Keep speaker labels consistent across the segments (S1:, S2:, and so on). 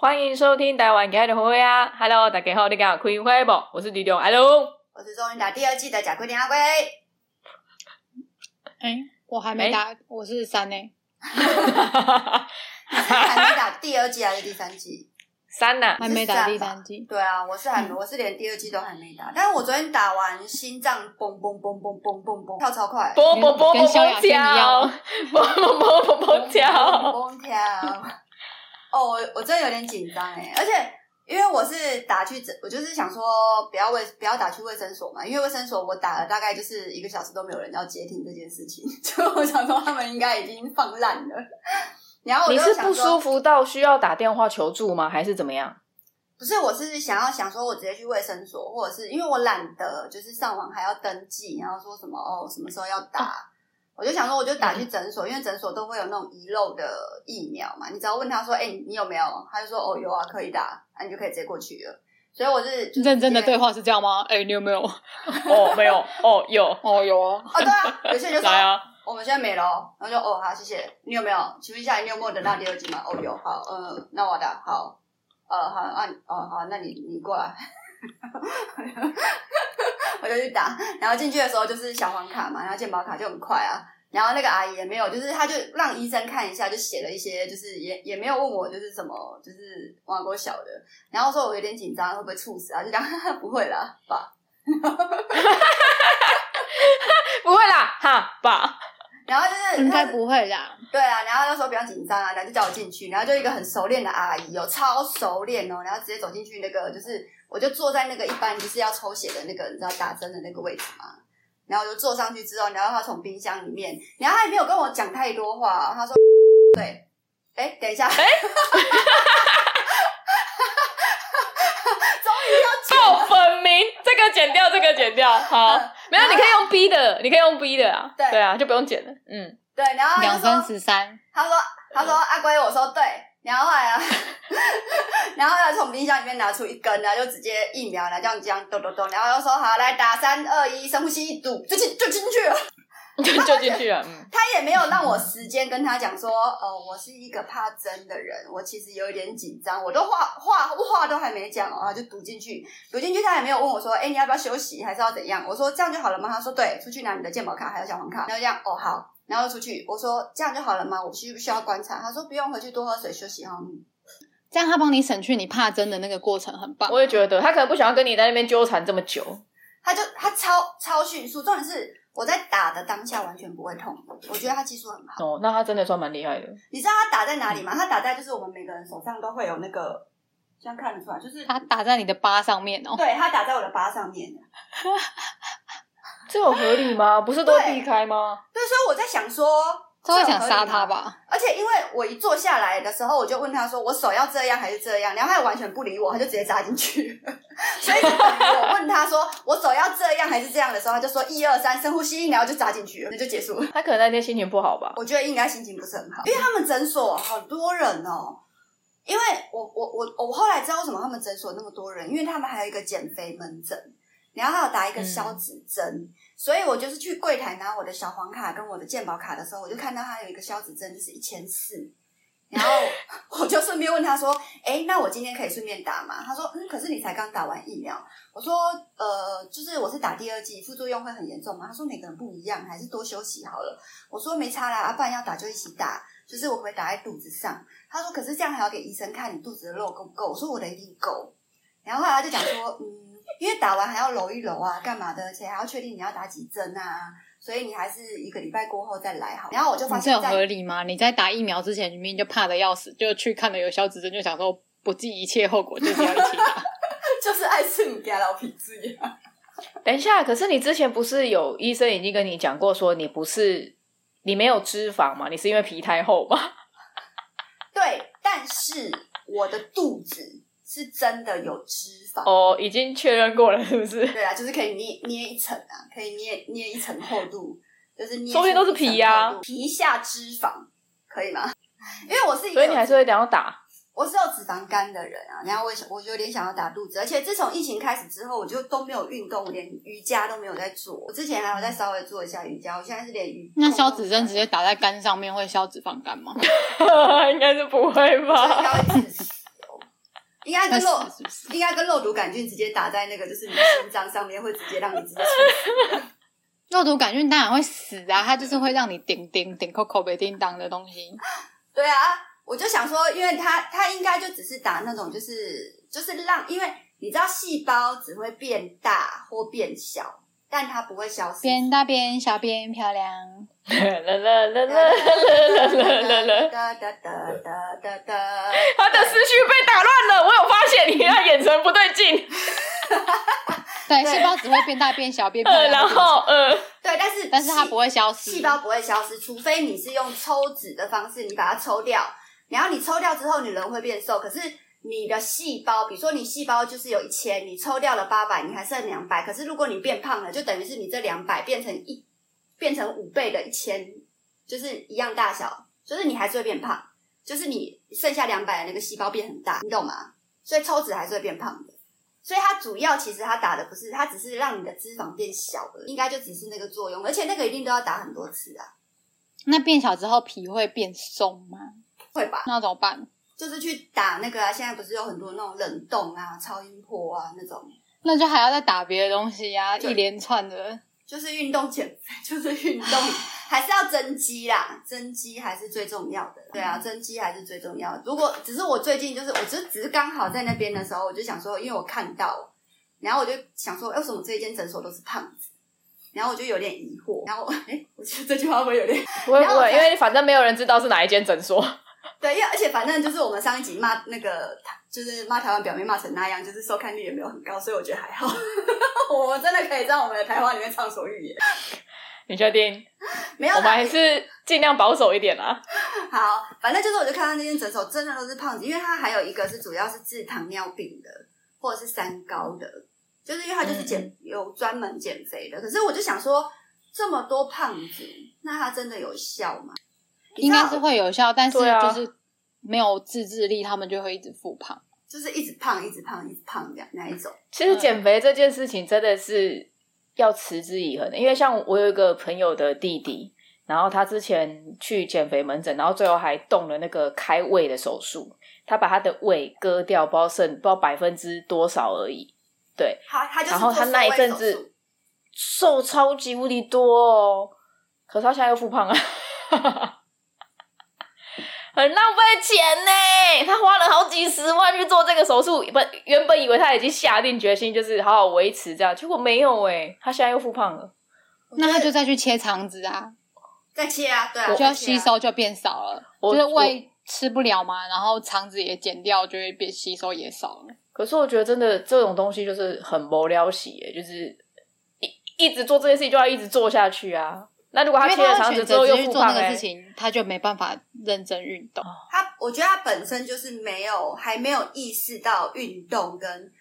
S1: 欢迎收听台湾家的灰啊，Hello，大家好，你敢有开会不？我是李勇，阿龙。
S2: 我是终于打第二季的贾桂林阿龟，
S3: 哎、我还没打，我是 三呢、
S2: 还没打第二季还是第三季？
S1: 三呐、
S3: 还没打第三季。
S2: 对啊，我是还
S3: 嗯
S2: 没，我是连第二季都还没打，但是我昨天打完心脏嘣嘣嘣嘣嘣嘣嘣跳超快，
S1: 啵啵啵啵
S3: 跟萧
S1: 啵
S3: 亚轩一
S1: 跳
S3: 样，
S1: 啵啵啵啵啵跳。
S2: 嘣跳。哦，我我真的有点紧张哎，而且因为我是打去诊，我就是想说不要卫不要打去卫生所嘛，因为卫生所我打了大概就是一个小时都没有人要接听这件事情， 所以我想说他们应该已经放烂了。然后我
S1: 你
S2: 就是想
S1: 不
S2: 说
S1: 舒服到需要打电话求助吗？还是怎么样？
S2: 不是，我是想要想说，我直接去卫生所，或者是因为我懒得，就是上网还要登记，然后说什么哦，什么时候要打，
S3: 哦
S2: 我就想说，我就
S3: 嗯
S2: 打去诊所，因为诊所都会有那种遗漏的疫苗嘛，你只要问他说，哎、你有没有？他就说，哦，有啊，可以打，那、你就可以直接过去了。所以我是就是
S3: 认真的
S2: 直接
S3: 对话是这样吗？哎、你有没有？
S1: 哦，没有，哦，有，
S3: 哦，有啊。
S2: 哦，对啊，有些人就 说
S1: 来啊，
S2: 我们现在没了哦，然后就哦好，谢谢。你有没有？请问一下，你有没有等到第二集吗？哦有，好，嗯，那我的好，呃好，那、你哦好，那你你过来， 我就去打。然后进去的时候就是小黄卡嘛，然后健保卡就很快啊。然后那个阿姨也没有，就是她就让医生看一下，就写了一些，就是也也没有问我就是什么，就是玩过小的。然后说我有点紧张，会不会猝死啊？就讲 不会啦，爸。
S1: 不会啦，哈爸，
S2: 然后就是
S3: 应
S2: 她
S3: 该不会啦，
S2: 对啊，然后就说不要紧张啊，然后就叫我进去，然后就一个很熟练的阿姨哦，超熟练哦，然后直接走进去那个就是，我就坐在那个一般就是要抽血的那个，你知道打针的那个位置嘛，然后我就坐上去之后，然后他从冰箱里面，然后他也没有跟我讲太多话、哦，他说对，哎，等一下，哎，终于要
S1: 够
S2: 讲了，
S1: 粉名，这个剪掉，这个剪掉，好，没有，你可以用 B 的，你可以用 B 的啊，
S2: 对
S1: 对啊，就不用剪了，嗯。
S2: 对，然后哦他
S3: 两
S2: 就说
S3: 三十三，
S2: 他说他说阿龟，我说对，然后后来啊， 然后他从冰箱里面拿出一根，然啊后就直接疫苗，然后这样这样咚咚咚，然后又说好来打三二一，深呼吸一堵，就进就进去了。
S1: 就就进去了，嗯，
S2: 他也没有让我时间跟他讲说，呃，我是一个怕针的人，我其实有一点紧张，我都话话话都还没讲哦，然后就读进去，读进去他也没有问我说，哎、你要不要休息，还是要怎样？我说这样就好了吗？他说对，出去拿你的健保卡还有小黄卡，然后这样哦好，然后出去，我说这样就好了吗？我需不需要观察？他说不用，回去多喝水休息哈。嗯
S3: 这样他帮你省去你怕针的那个过程，很棒。
S1: 我也觉得他可能不想要跟你在那边纠缠这么久，
S2: 他就他超超迅速，重点是我在打的当下完全不会痛，我觉得他技术很好。
S1: 哦，那他真的算蛮厉害的，
S2: 你知道他打在哪里吗？他打在就是我们每个人手上都会有那个，这样看得出来，就是
S3: 它打在你的疤上面哦，
S2: 对他打在我的疤上面。
S1: 这有合理吗？不是都
S2: 对
S1: 避开吗？
S2: 对，所以我在想说，
S3: 他会想
S2: 这有合理
S3: 杀他
S2: 吗？
S3: 吧？
S2: 而且因为我一坐下来的时候，我就问他说：“我手要这样还是这样？”然后他也完全不理我，他就直接扎进去。 所以等于我问他说：“我手要这样还是这样的时候，他就说一二三，深呼吸，然后就扎进去了，那就结束了。”
S1: 他可能那天心情不好吧？
S2: 我觉得应该心情不是很啊好，因为他们诊所好多人哦。因为我我我我后来知道为什么他们诊所那么多人，因为他们还有一个减肥门诊，然后还有打一个消脂针，所以我就是去柜台拿我的小黄卡跟我的健保卡的时候，我就看到他有一个消脂针，就是一千四。然后我就顺便问他说：“哎，那我今天可以顺便打吗？”他说：“嗯，可是你才刚打完疫苗。”我说：“呃，就是我是打第二剂，副作用会很严重吗？”他说：“每个人不一样，还是多休息好了。”我说没差啦，啊，不然要打就一起打，就是我会打在肚子上。他说，可是这样还要给医生看你肚子的肉够不够。我说我的一定够。然后后来他就讲说，嗯，因为打完还要揉一揉啊，干嘛的，而且还要确定你要打几针啊，所以你还是一个礼拜过后再来好。然后我就发
S3: 你这
S2: 现
S3: 有
S2: 在，
S3: 合理吗？你在打疫苗之前，明明就怕的要死，就去看了有消脂针，就想说不计一切后果就是要一 起打。
S2: 就是爱吃你家老皮子呀。
S1: 等一下，可是你之前不是有医生已经跟你讲过，说你不是你没有脂肪嘛，你是因为皮太厚嘛？
S2: 对，但是我的肚子是真的有脂肪。
S1: 哦，已经确认过了，是不是？
S2: 对啊，就是可以捏捏一层啊，可以捏捏一层厚度，就是捏。
S1: 说不定都是皮啊呀
S2: 皮下脂肪可以吗？因为我是一个
S1: 所
S2: 有，
S1: 以你还是会想要打，
S2: 我是有脂肪肝的人啊，然后我也想我有点想要打肚子，而且自从疫情开始之后，我就都没有运动，我连瑜伽都没有在做。我之前还有在稍微做一下瑜伽，我现在是连瑜
S3: 那消脂针直接打在肝上面会消脂肪肝吗？
S1: 应该是不会
S2: 所以应
S1: 吧？
S2: 该会致死哦该
S3: 那
S2: 跟
S3: 是
S2: 肉
S3: 是不是？
S2: 应该跟肉毒杆菌直接打在那个就是你的心脏上面，会直接让你直接猝
S3: 肉毒杆菌当然会死啊，它就是会让你顶顶顶扣扣被叮当的东西。
S2: 对啊，我就想说，因为他他应该就只是打那种，就是就是让，因为你知道细胞只会变大或变小，但它不会消失。
S3: 边大边小边漂亮，
S1: 啦啦啦啦 啦
S2: 哒哒
S1: 啦啦啦！
S2: 哒哒哒哒哒哒。
S1: 他的思绪被打乱了，我有发现你他眼神不对劲，
S3: 对，
S2: 对
S3: 细胞只会变大变小变漂
S1: 呃，
S3: 亮，
S1: 然后呃，
S2: 对，但是
S3: 但是它不
S2: 会
S3: 会消失。
S2: 细胞不会消失，除非你是用抽脂的方式，你把它抽掉，然后你抽掉之后，你人会变瘦，可是。你的细胞，比如说你细胞就是有一千，你抽掉了八百，你还剩两百。可是如果你变胖了，就等于是你这两百变成一，变成五倍的一千，就是一样大小，就是你还是会变胖，就是你剩下两百的那个细胞变很大，你懂吗？所以抽脂还是会变胖的。所以它主要其实它打的不是，它只是让你的脂肪变小了，应该就只是那个作用，而且那个一定都要打很多次啊，
S3: 那变小之后皮会变松吗？
S2: 会吧？
S3: 那怎么办？
S2: 就是去打那个、啊，现在不是有很多那种冷冻啊、超音波啊那种，
S3: 那就还要再打别的东西呀、
S2: 对
S3: 一连串的。
S2: 就是运动减肥，就是运动，还是要增肌啦，增肌还是最重要的。对啊，增肌还是最重要的。如果只是我最近就是，我只是只是刚好在那边的时候，我就想说，因为我看到，然后我就想说，哎为什么这一间诊所都是胖子？然后我就有点疑惑，然后我哎，我觉得这句话会不会有点
S1: 不会
S2: 然后
S1: 不
S2: 我
S1: 会，
S2: 才
S1: 因为反正没有人知道是哪一间诊所。
S2: 对，因为而且反正就是我们上一集骂那个，就是骂台湾表妹骂成那样，就是收看率也没有很高，所以我觉得还好。 我们真的可以在我们的台湾里面畅所欲言，
S1: 你确定？
S2: 没有
S1: 我们
S2: 啦。
S1: 还是尽量保守一点啊啦。
S2: 好，反正就是我就看到那间诊所真的都是胖子，因为它还有一个是主要是治糖尿病的，或者是三高的，就是因为它
S1: 嗯
S2: 就是减、有专门减肥的。可是我就想说，这么多胖子，那它真的有效吗？你
S3: 应
S2: 知道
S3: 该是会有效，但是
S1: 对啊
S3: 就是没有自制力，他们就会一直复胖。
S2: 就是一直胖，一直胖，一直胖这样那一种。
S1: 其实减肥这件事情真的是要持之以恒的，因为像我有一个朋友的弟弟，然后他之前去减肥门诊，然后最后还动了那个开胃的手术，他把他的胃割掉，不知道剩不知道百分之多少而已。对，
S2: 好，他就是
S1: 然后
S2: 做
S1: 他那一
S2: 缩胃
S1: 阵
S2: 手术
S1: 子瘦超级无敌多哦，可是他现在又复胖了。啊 很浪费钱呢，他花了好几十万去做这个手术，本原本以为他已经下定决心，就是好好维持这样，结果没有哎，他现在又复胖了。
S3: 那他就再去切肠子啊，
S2: 再切啊，对啊，
S3: 就要
S2: 再切啊
S3: 吸。收就变少了，
S1: 我
S3: 就是胃吃不了嘛，然后肠子也减掉，就会变吸收也少了。
S1: 可是我觉得真的这种东西就是很无聊喜耶，就是一一直做这件事情就要一直做下去啊。那如果他
S3: 因为
S1: 切了
S3: 他
S1: 肠
S3: 会
S1: 子
S3: 选
S1: 之后
S3: 择
S1: 又
S3: 只去
S1: 复
S3: 做
S1: 胖
S3: 那个
S1: 哎
S3: 事，情，他就没办法认真运动。
S2: 他我觉得他本身就是没有还没有意识到运动跟，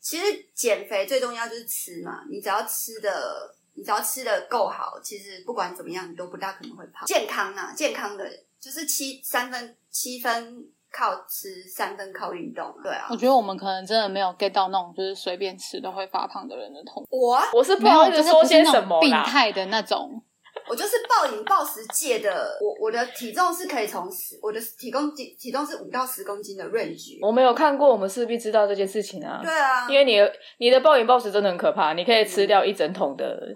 S2: 其实减肥最重要就是吃嘛，你只要吃的你只要吃的够好，其实不管怎么样你都不大可能会胖。健康啊，健康的就是七三分七分靠吃，三分靠运动、啊。对啊
S1: 嗯
S3: 我，觉得我们可能真的没有 get 到那种就是随便吃都会发胖的人的痛苦，
S2: 我啊
S1: 我是不
S3: 没
S1: 好
S3: 有
S1: 意
S3: 就
S1: 思
S3: 是
S1: 说
S3: 不是
S1: 些
S3: 那
S1: 什
S3: 种
S1: 么
S3: 病
S1: 啦。
S3: 态的那种。
S2: 我就是暴饮暴食界的，我我的体重是可以从十我的体重体体重是五到十公斤的 range。
S1: 我没有看过，我们势必知道这件事情啊。
S2: 对啊，
S1: 哦因为你的你的暴饮暴食真的很可怕，你可以吃掉一整桶的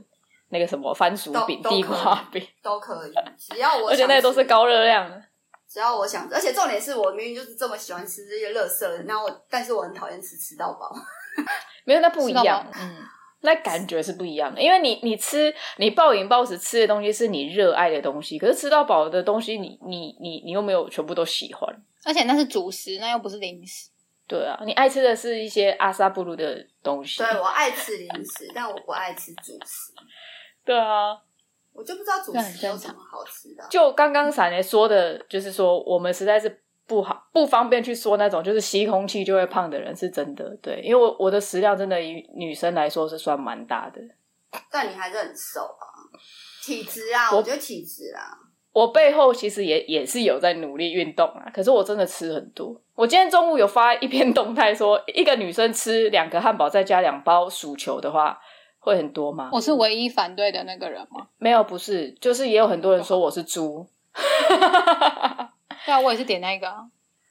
S1: 那个什么番薯饼、
S2: 都都可以
S1: 地瓜饼，
S2: 都可以，只要我
S1: 而且那
S2: 想
S1: 些都
S2: 吃
S1: 是高热量的。
S2: 只要我想，而且重点是我明明就是这么喜欢吃这些垃圾的，那我但是我很讨厌吃吃到饱。
S1: 没有，那不一
S3: 知道
S1: 样
S3: 吗，
S1: 嗯，那感觉是不一样的。因为你你吃你暴饮暴食吃的东西是你热爱的东西，可是吃到饱的东西你，你你你又没有全部都喜欢。
S3: 而且那是主食，那又不是零食。
S1: 对啊，你爱吃的是一些阿萨布鲁的东西
S2: 对。我爱吃零食，但我不爱吃主食，
S1: 对啊，
S2: 我就不知道主
S3: 这很
S2: 食有
S3: 正
S2: 什
S3: 常
S2: 么好吃的。啊
S1: 就刚刚闪爷说的，就是说我们实在是不好不方便去说那种就是吸空气就会胖的人是真的，对，因为我我的食量真的以女生来说是算蛮大的，
S2: 但你还是很瘦啊，体质啊，
S1: 我
S2: 我觉得体质啊，
S1: 我背后其实也也是有在努力运动啊，可是我真的吃很多。我今天中午有发一篇动态说，一个女生吃两个汉堡再加两包薯球的话，会很多吗？
S3: 我是唯一反对的那个人嘛，
S1: 没有，不是，就是也有很多人说我是猪，
S3: 对啊，我也是点那个啊、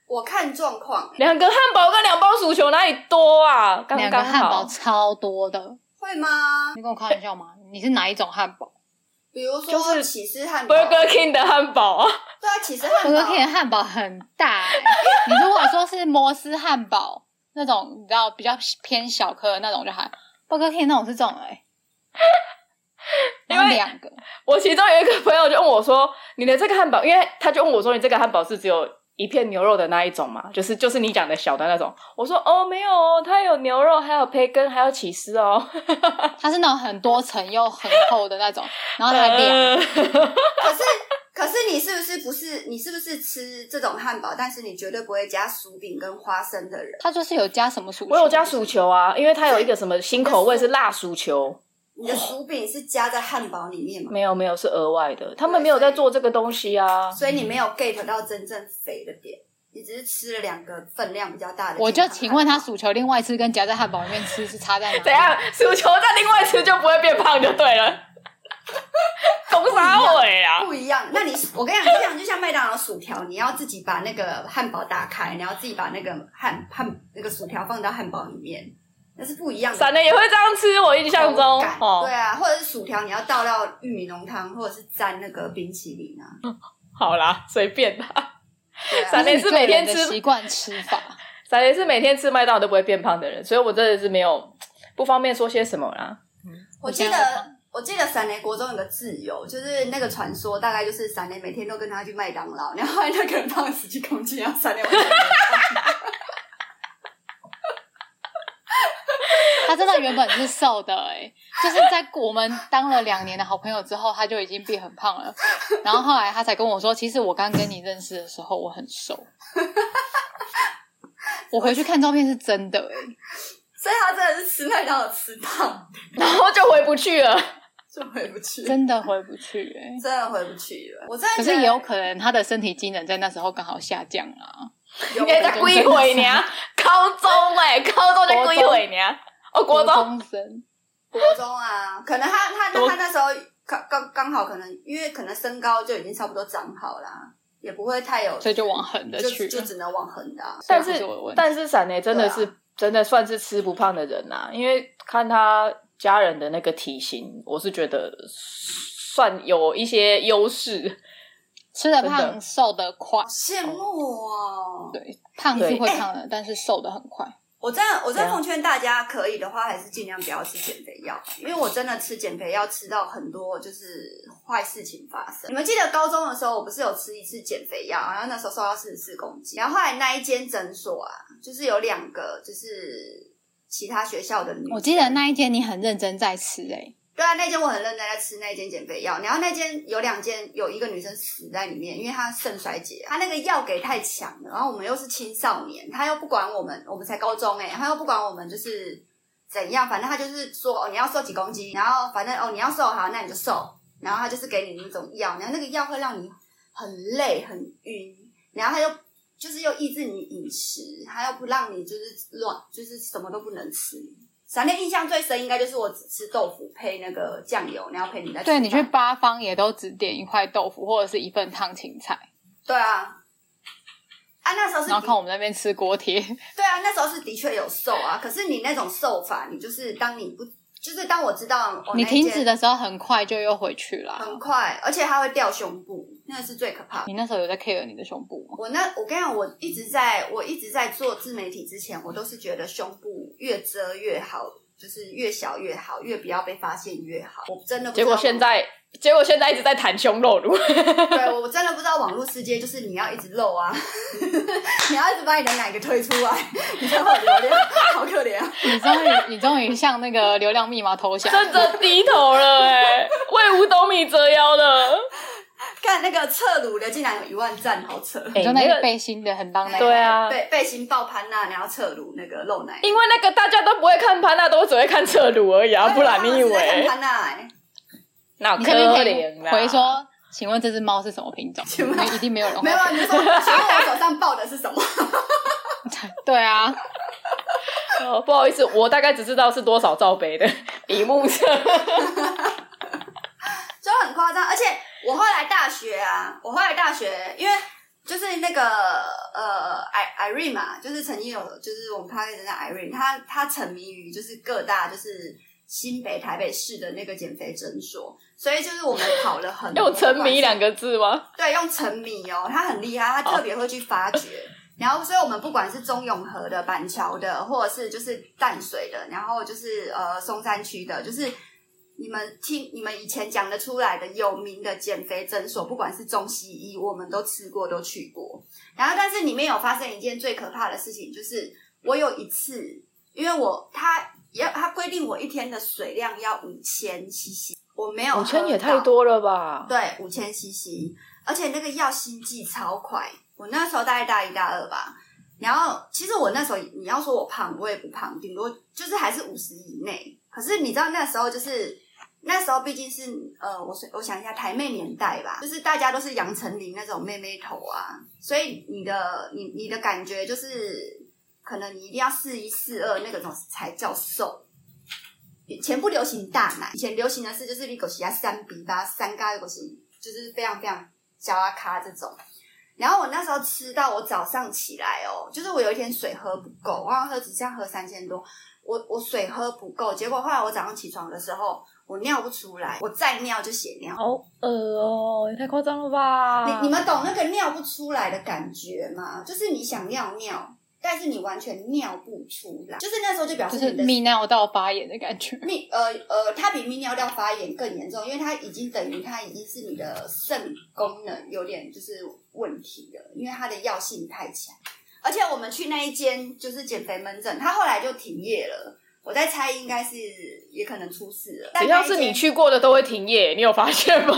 S2: 我看状况，
S1: 两个汉堡跟两包薯球哪里多啊？刚
S3: 两个
S1: 刚
S3: 汉堡
S1: 好，
S3: 超多的。
S2: 会吗？
S3: 你跟我开玩笑吗？你是哪一种汉堡
S2: 比如说、
S1: 就是
S2: 起司汉堡
S1: Burger King 的汉堡啊，
S2: 对啊，起司汉
S3: ？Burger
S2: 堡
S3: King 的汉堡很大、欸，你如果说是摩斯汉堡那种，你知道比较偏小颗的那种就还好 Burger King 那种是这种哎、 欸，然后
S1: 因为
S3: 两个，
S1: 我其中有一个朋友就问我说：“你的这个汉堡，因为他就问我说你这个汉堡是只有一片牛肉的那一种嘛？就是就是你讲的小的那种。”我说：“哦，没有哦，它有牛肉，还有培根，还有起司哦。
S3: 它是那种很多层又很厚的那种，然后它两个
S1: 呃”
S2: 可是可是你是不是不是你是不是吃这种汉堡，但是你绝对不会加薯饼跟花生的人？
S3: 它就是有加什么薯球？
S1: 我有加薯球啊，因为它有一个什么新口味是辣薯球，
S2: 你的薯饼是加在汉堡里面嘛？
S1: 没有没有是额外的，他们没有在做这个东西啊。
S2: 所以你没有 get 到真正肥的点，你只是吃了两个分量比较大的。
S3: 我就请问他，薯球另外吃跟夹在汉堡里面吃是差在哪？
S1: 怎样？薯球在另外吃就不会变胖就对 了。攻杀我呀！
S3: 啊
S2: 不一样。那你我跟你讲，就像就像麦当劳薯条，你要自己把那个汉堡打开，你要自己把那个汉汉那个薯条放到汉堡里面，那是不一样的
S1: 闪的也会这样吃，我印象中
S2: 口感
S1: 哦
S2: 对，啊，或者是薯条，你要倒到玉米浓汤，或者是沾那个冰淇淋啊。
S1: 好啦，随便啦。
S2: 对啊
S1: 三
S3: 这
S1: 类
S3: 是你
S1: 是
S3: 个
S1: 每天
S3: 人的
S1: 吃
S3: 习惯吃法。
S1: 闪雷是每天吃麦当劳都不会变胖的人，所以我真的是没有不方便说些什么啦。
S2: 我记
S3: 我现在会
S2: 得我记得闪雷国中有个挚友，就是那个传说，大概就是闪雷每天都跟他去麦当劳，然后后来那个人胖了十几公斤，然后闪雷完全没胖
S3: 他真的原本是瘦的、欸， 就是在我们当了两年的好朋友之后，他就已经变很胖了。然后后来他才跟我说，其实我刚跟你认识的时候，我很瘦。 我回去看照片是真的、欸，
S2: 所以他真的是吃麦当劳吃胖，
S1: 然后就回不去 了。
S2: 就回不去，
S3: 真的回不去、欸，
S2: 真的回不去了。我真
S3: 可
S2: 的觉
S3: 是
S2: 得
S3: 也有可能他的身体机能在那时候刚好下降啊。
S2: 有
S1: 你还在归回呢？ 高中 哎、高中就归回呢。哦，国中
S3: 中生，
S2: 国中啊，可能他他
S1: 我
S2: 他那时候刚刚刚好，可能因为可能身高就已经差不多长好啦，也不会太有，
S3: 所以就往横的去
S2: 就就
S3: 了。
S2: 只能往横的啊、
S1: 但
S3: 所以
S1: 是
S3: 还我的问题
S1: 但是闪雷真的是、
S2: 对
S1: 真的算是吃不胖的人呐、因为看他家人的那个体型，我是觉得算有一些优 势。
S3: 吃的
S1: 真
S3: 胖，
S1: 的
S3: 瘦的快
S2: 好。羡慕哦！
S3: 对，胖是
S1: 对
S3: 会胖的，但是瘦的很快。
S2: 我真的，我真
S1: 对
S2: 的
S1: 啊
S2: 奉劝大家，可以的话还是尽量不要吃减肥 药，因为我真的吃减肥药吃到很多就是坏事情发生。你们记得高中的时候，我不是有吃一次减肥药，然后那时候瘦到四十四公斤，然后后来那一间诊所啊，就是有两个就是其他学校的女生，
S3: 我记得那一天你很认真在吃、欸，哎，
S2: 对啊，那间我很认真在吃那间减肥药，然后那间有两间有一个女生死在里面，因为她肾衰竭，啊她那个药给太强了，然后我们又是青少年，她又不管我们，我们才高中哎、欸，她又不管我们就是怎样，反正她就是说哦你要瘦几公斤，然后反正哦你要瘦好，那你就瘦，然后她就是给你那种药，然后那个药会让你很累很晕，然后她又就是又抑制你饮食，她又不让你就是乱就是什么都不能吃，闪电印象最深应该就是我只吃豆腐配那个酱油，然后配你在吃
S3: 对
S2: 饭
S3: 你去八方也都只点一块豆腐或者是一份烫青菜，
S2: 对啊，啊那时候是
S3: 然后看
S2: 的
S3: 我们那边吃锅贴，
S2: 对啊那时候是的确有瘦啊，可是你那种瘦法，你就是当你不就是当我知道我
S3: 你停止
S2: 止
S3: 的时候很快就又回去啦。
S2: 很快，而且它会掉胸部，那是最可怕的。
S3: 你那时候有在 care 你的胸部吗？
S2: 我那我跟你讲，我一直在我一直在做自媒体之前，我都是觉得胸部越遮越好，就是越小越好，越不要被发现越好。我真的不知
S1: 结
S2: 道
S1: 果现在，结果现在一直在谈胸肉乳。
S2: 对，我真的不知道网络世界就是你要一直露啊， 你要一直把你的奶给推出来，你才会有流量，好可怜啊！
S3: 你终于， 你终于向那个流量密码投降。
S1: 真的低头了哎、 为五斗米折腰了。
S2: 看那个侧乳的竟然有一万赞，好扯！
S1: 哎
S3: 你说那
S1: 那
S3: 个
S1: 个
S3: 背心的很当那
S1: 对
S3: 个，
S1: 啊
S2: 背背心爆潘娜，然后侧乳那个露奶，
S1: 因为那个大家都不会看潘娜，都只会看侧乳而已啊，不然你以
S2: 对啊他们只在看
S1: 为
S2: 潘娜、欸？
S1: 那
S3: 你
S1: 可
S3: 下面可啊
S1: 怜啊
S3: 以
S1: 啦？
S3: 回说，请问这只猫是什么品种？
S2: 请问
S3: 因为一定没有人会
S2: 没有，啊， 你说，请问我手上抱的是什么？
S3: 对啊，
S1: 哦，不好意思，我大概只知道是多少罩杯的荧幕上。
S2: 就很夸张。而且我后来大学啊，我后来大学，因为就是那个呃艾 Irene 嘛，就是曾经有就是我们 p a r t 的 Irene，她她沉迷于就是各大就是新北台北市的那个减肥诊所，所以就是我们跑了很多
S1: 用“沉迷”两
S2: 两。
S1: 个字吗？
S2: 对，用沉迷哦，他很厉害，他特别会去发掘。然后，所以我们不管是中永和的、板桥的，或者是就是淡水的，然后就是呃松山区的，就是你们听你们以前讲得出来的有名的减肥诊所，不管是中西医，我们都吃过，都去过。然后，但是里面有发生一件最可怕的事情，就是我有一次，因为我他要他规定我一天的水量要五千 CC，我没有
S1: 五千
S2: 喝
S1: 也太
S2: 到
S1: 多了吧？
S2: 对，五千 CC，而且那个药心悸超快。我那时候大概大一、大二吧，然后其实我那时候你要说我胖，我也不胖，顶多就是还是五十以内。可是你知道那时候就是那时候毕竟是呃，我是我想一下台妹年代吧，就是大家都是杨丞琳那种妹妹头啊，所以你的你你的感觉就是可能你一定要四一四二那个种才叫瘦。以前不流行大奶，以前流行的是就是你狗喜啊三比八三嘎的狗喜，就是非常非常小啊咖这种。然后我那时候吃到我早上起来哦，就是我有一天水喝不够，我好像喝只剩喝三千多，我我水喝不够，结果后来我早上起床的时候，我尿不出来，我再尿就血尿。
S1: 好恶哦，也太夸张了
S3: 啊
S1: 吧？
S2: 你你们懂那个尿不出来的感觉吗？就是你想尿尿，但是你完全尿不出来，就是那时候就表示
S3: 就
S2: 你的
S3: 是泌尿道发炎的感觉。
S2: 泌呃呃，它比泌尿道发炎更严重，因为它已经等于它已经是你的肾功能有点就是问题了，因为它的药性太强。而且我们去那一间就是减肥门诊，它后来就停业了。我在猜，应该是也可能出事了。
S1: 只
S2: 但
S1: 要
S2: 那一
S1: 是
S2: 间
S1: 你，去过的都会停业，你有发现吗？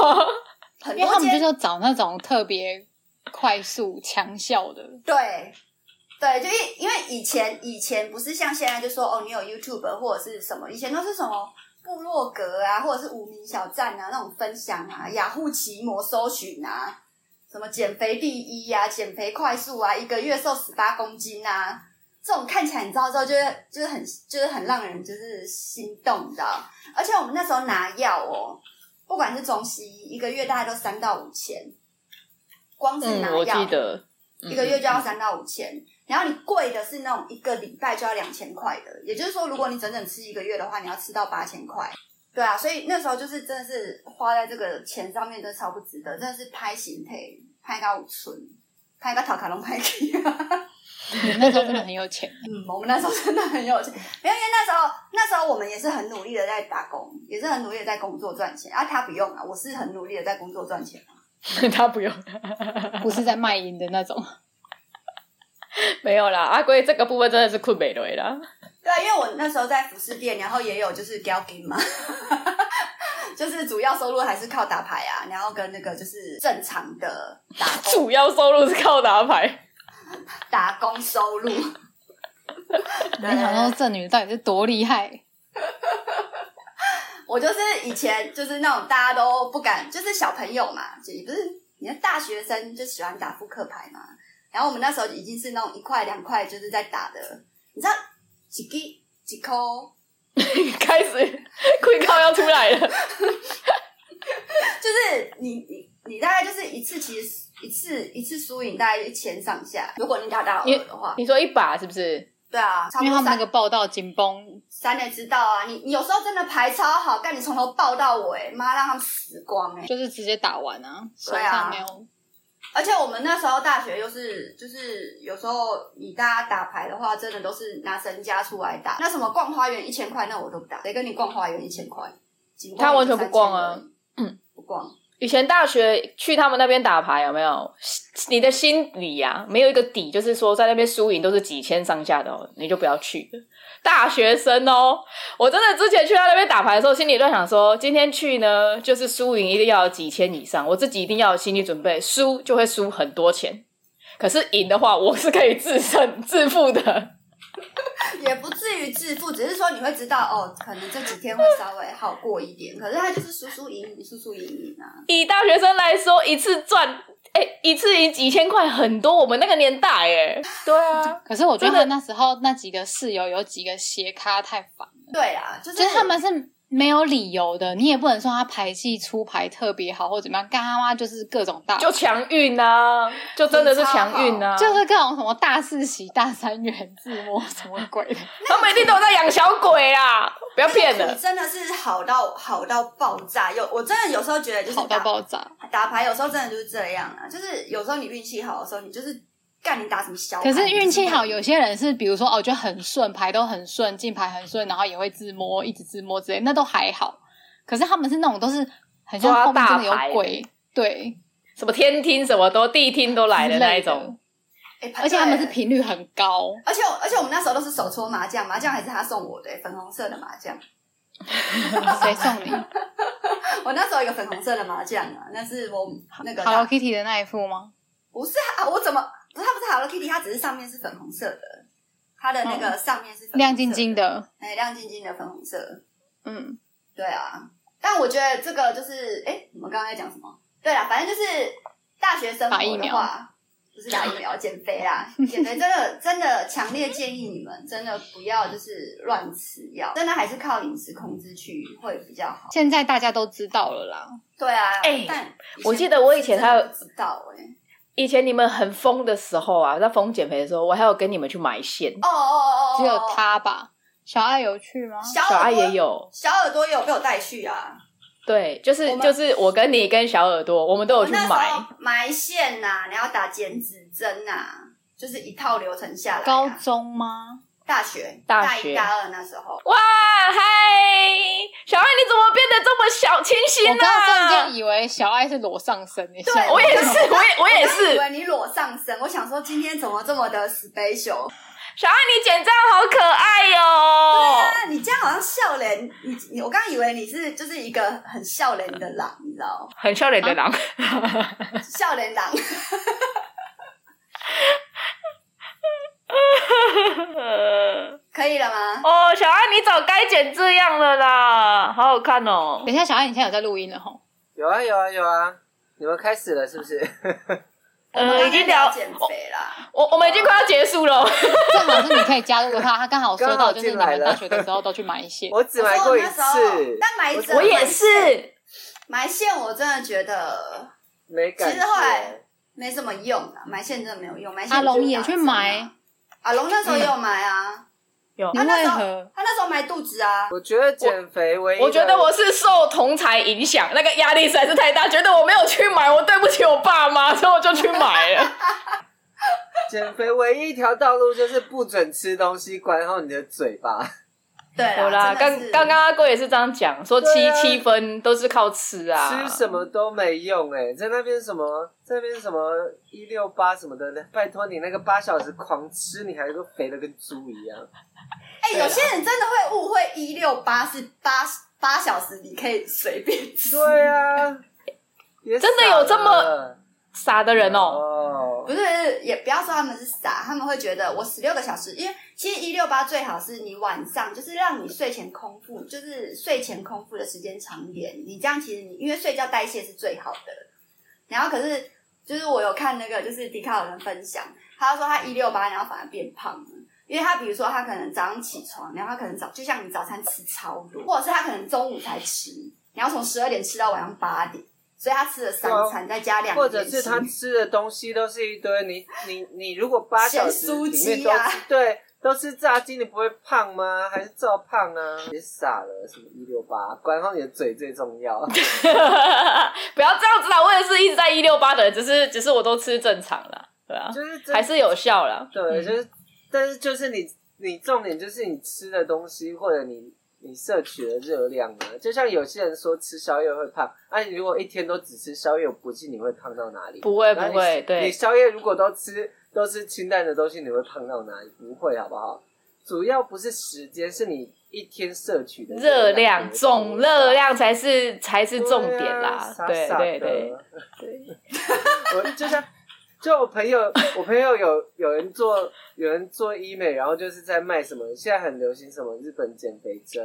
S2: 很
S3: 因为他
S2: 多
S3: 们就是
S2: 间
S3: 要找那种特别快速强效的，
S2: 对对，就因因为以前以前不是像现在就说哦，你有 YouTube 或者是什么，以前都是什么部落格啊，或者是无名小站啊那种分享啊，雅虎奇摩搜寻啊，什么减肥第一啊，减肥快速啊，一个月瘦十八公斤啊，这种看起来你知道之后，就是就是很就是很让人就是心动，你知道？而且我们那时候拿药哦，不管是中西医，一个月大概都三到五千，光是
S1: 嗯
S2: 拿，
S1: 我
S2: 药，
S1: 记得
S2: 一个月就
S1: 嗯
S2: 要三到五千，然后你贵的是那种一个礼拜就要两千块的，也就是说，如果你整整吃一个月的话，你要吃到八千块。对啊，所以那时候就是真的是花在这个钱上面，真的超不值得，真的是拍形配拍到五寸，拍到塔卡龙拍给。
S3: 你那时候真的很有钱。
S2: 嗯， 我们那时候真的很有钱，没有，因为那时候那时候我们也是很努力的在打工，也是很努力的在工作赚钱。啊，他不用啊，我是很努力的在工作赚钱。
S1: 他不用，
S3: 不是在卖淫的那种，
S1: 没有啦。阿龟这个部分真的是困美雷啦。
S2: 对啊，因为我那时候在服饰店，然后也有就是 g a l g i n 嘛， 就是主要收入还是靠打牌啊，然后跟那个就是正常的打工
S1: 主要收入是靠打牌，
S2: 打工收入。
S3: 没想
S2: 对
S3: 到这女的到底是多厉害。
S2: 我就是以前就是那种大家都不敢，就是小朋友嘛，也不是你看大学生就喜欢打扑克牌嘛。然后我们那时候已经是那种一块两块就是在打的，你知道几几几哦扣，
S1: 开始亏靠要出来了。
S2: 就是你你你大概就是一次其实一次一次输赢大概一千上下，如果你打到
S1: 因
S2: 二
S1: 为
S2: 的话，
S1: 你说一把是不是？
S2: 对啊，差不
S3: 因为他
S2: 多
S3: 们那
S2: 三
S3: 个报道紧绷，
S2: 三年知道啊，你你有时候真的牌超好，但你从头爆到尾，妈让他们死光哎、
S3: 就是直接打完啊，手
S2: 对啊
S3: 上没有。
S2: 而且我们那时候大学又是就是有时候你大家打牌的话，真的都是拿身家出来打。那什么逛花园一千块，那我都不打，谁跟你逛花园一千块？景观
S1: 他完全
S2: 也是
S1: 不逛啊
S2: 3000而已，不逛。
S1: 以前大学去他们那边打牌有没有？你的心里呀、没有一个底，就是说在那边输赢都是几千上下的哦，你就不要去了。大学生哦，我真的之前去他那边打牌的时候，心里都在想说，今天去呢，就是输赢一定要有几千以上，我自己一定要有心理准备，输就会输很多钱，可是赢的话，我是可以自胜自负的。
S2: 也不至于致富，只是说你会知道哦，可能这几天会稍微好过一点。可是他就是输输赢赢，输输赢赢啊。
S1: 以大学生来说，一次赚。哎、一次赢几千块很多，我们那个年代哎、对啊，
S3: 可是我觉
S1: 真的
S3: 得那时候那几个室友有几个斜咖太烦，
S2: 对啦，就是
S3: 就是他们是没有理由的，你也不能说他排戏出牌特别好或怎么样，干他妈就是各种大，
S1: 就强运呐，就真的是强运啊呐，
S3: 就是各种什么大四喜、大三元、自摸什么鬼的，
S1: 他们一定都在养小鬼啦，不要骗
S2: 那个
S1: 了
S2: 图。真的是好到好到爆炸。有我真的有时候觉得就是
S3: 好到
S2: 打
S3: 爆炸。
S2: 打牌，有时候真的就是这样啊，就是有时候你运气好的时候，你就是干你打什么小牌。
S3: 可是运气好，有些人是比如说哦，就很顺，牌都很顺，进牌很顺，然后也会自摸，一直自摸之类，那都还好。可是他们是那种都是很像
S1: 抓
S3: 后面真的
S1: 大牌
S3: 有鬼，对，
S1: 什么天听什么都地听都来的那一种，
S2: 哎，排
S3: 而且他们
S2: 队
S3: 是频率很 高，
S2: 而且我而且我们那时候都是手搓麻将，麻将还是他送我的、欸粉红色的麻将。
S3: 谁送你
S2: 我那时候有一个粉红色的麻将啊，那是我那
S1: 啊
S2: 个
S3: ？Hello Kitty 的那一副吗？
S2: 不是啊，我怎么不是它不是 Hello Kitty，它只是上面是粉红色的，它的那
S1: 哦
S2: 个上面是粉红色的
S3: 亮晶晶，的，
S2: 哎、亮晶晶的粉红色。
S3: 嗯，
S2: 对啊，但我觉得这个就是哎、我们刚刚在讲什么？对啦，反正就是大学生
S3: 打疫
S2: 活的
S3: 苗
S2: 话。不是打疫苗减肥啦， 减肥真的真的强烈建议你们真的不要就是乱吃药，真的还是靠饮食控制去会比较好。
S3: 现在大家都知道了啦。
S2: 对啊，
S1: 哎
S2: 但
S1: 我记得我以前还有
S2: 真的不知道哎、
S1: 以前你们很疯的时候啊，在疯减肥的时候，我还有跟你们去买线，
S2: 哦哦哦哦，
S3: 只有
S2: 哦
S3: 他吧？小爱有去吗？
S2: 小
S1: 小爱
S2: 耳朵
S1: 也，有，
S2: 小耳朵也有被我带去啊。
S1: 对，就是
S2: 我们哦
S1: 就是我跟你跟小耳朵，我们都有
S2: 我
S1: 去
S2: 那时
S1: 买，
S2: 候埋线呐、然后打减脂针呐、就是一套流程下来、啊。
S3: 高中吗？
S2: 大学
S1: 大学
S2: 一大二那时候，
S1: 哇嗨，小爱你怎么变得这么小清
S3: 我
S1: 新
S3: 刚刚瞬
S1: 啦、
S3: 间以为小爱是裸上身欸的，
S2: 对，
S1: 我也是，我
S2: 刚
S1: 也我也
S2: 刚以
S1: 是，
S2: 为你裸上身，我想说今天怎么这么的 special？
S1: 小爱你剪这样好可爱哦哟、
S2: 啊，你这样好像笑脸，你你我刚刚以为你是就是一个很笑脸的狼，你知道吗？
S1: 很笑脸的狼，
S2: 笑脸狼，可以了吗？
S1: 哦，小爱你早该剪这样了啦，好好看哦
S3: 等。一下，小爱，你现在有在录音了吼？
S4: 有啊有啊有啊，你们开始了是 不是？
S2: 我们
S1: 呃，
S2: 刚
S1: 已
S2: 才
S1: 经
S2: 聊
S1: 聊
S2: 减肥啦，
S1: 我我们已经快要结束了，
S3: 正好是你可以加入他，他刚好说
S4: 刚
S3: 到
S4: 好
S3: 就是你
S4: 进来
S3: 们
S4: 了
S3: 大学的时候都去买一些，
S4: 我只买
S2: 可是
S4: 过
S2: 我
S4: 一
S2: 那时候
S4: 次，
S2: 但买一次
S4: 我
S1: 我也是。
S2: 埋线我真的觉得
S4: 没感
S2: 其实后来
S4: 觉。
S2: 没什么用啊，埋线真的没有用。埋线
S3: 阿龙
S2: 就是
S3: 也
S2: 打
S3: 去
S2: 针啊
S3: 买，
S2: 阿龙那时候也有买啊，
S1: 有
S3: 你
S2: 他那
S3: 为
S2: 时候
S3: 何？
S2: 他那时候买肚子啊，
S4: 我觉得减肥唯一的
S1: 我觉得我是受同才影响，那个压力实在是太大，觉得我没有去买，我对不起我爸妈， 所以我就去买 了。
S4: 减肥唯一一条道路就是不准吃东西，管好你的嘴巴。
S2: 对啦，
S1: 嗯有啦，刚
S2: 真的是
S1: 刚刚阿贵也是这样讲，说七
S4: 对啊
S1: 七分都是靠吃啊，
S4: 吃什？么都没用哎、在那边什么，在那边什么一六八什么的，拜托你那个八小时狂吃，你还是肥的跟猪 一样。
S2: 哎、有些人真的会误会一六八是八八小时，你可以随便吃，
S4: 对啊，别
S1: 真的
S4: 傻
S1: 有这么
S4: 了
S1: 傻的人哦、
S4: 哦
S2: 不是也不要说他们是傻，他们会觉得我十六个小时，因为其实一六八最好是你晚上就是让你睡前空腹，就是睡前空腹的时间长一点，你这样其实你因为睡觉代谢是最好的。然后可是就是我有看那个就是迪卡有人分享，他说他一六八，然后反而变胖了。因为他比如说他可能早上起床，然后他可能早就像你早餐吃超多，或者是他可能中午才吃，然后从十二点吃到晚上八点，所以他吃了三
S4: 对啊
S2: 餐，再加两个
S4: 或者是
S2: 点心
S4: 他吃的东西都是一堆，你你你如果八小时
S2: 咸酥
S4: 里面
S2: 鸡
S4: 都吃、
S2: 啊
S4: 对都吃炸鸡，你不会胖吗？还是照胖啊？别傻了，什么一六八，管好你的嘴最重要。
S1: 不要这样子啦，我也是一直在一六八的人，只是只是我都吃正常啦，对啊，
S4: 就是真
S1: 还是有效啦。嗯
S4: 对，就是，但是就是你你重点就是你吃的东西或者你你摄取的热量啊，就像有些人说吃宵夜会胖，啊，你如果一天都只吃宵夜，我不信你会胖到哪里。
S1: 不会
S4: 然后
S1: 不
S4: 你
S1: 会，
S4: 你
S1: 对，
S4: 宵夜如果都吃都吃清淡的东西，你会胖到哪里？不会，好不好？主要不是时间，是你一天摄取的
S1: 热量
S4: 量
S1: 总热量才是才是重点啦，
S4: 对
S1: 对
S4: 啊
S1: 对对。。
S4: 傻傻的 我就像，就我朋友，我朋友有有人做有人做医美，然后就是在卖什么，现在很流行什么日本减肥针，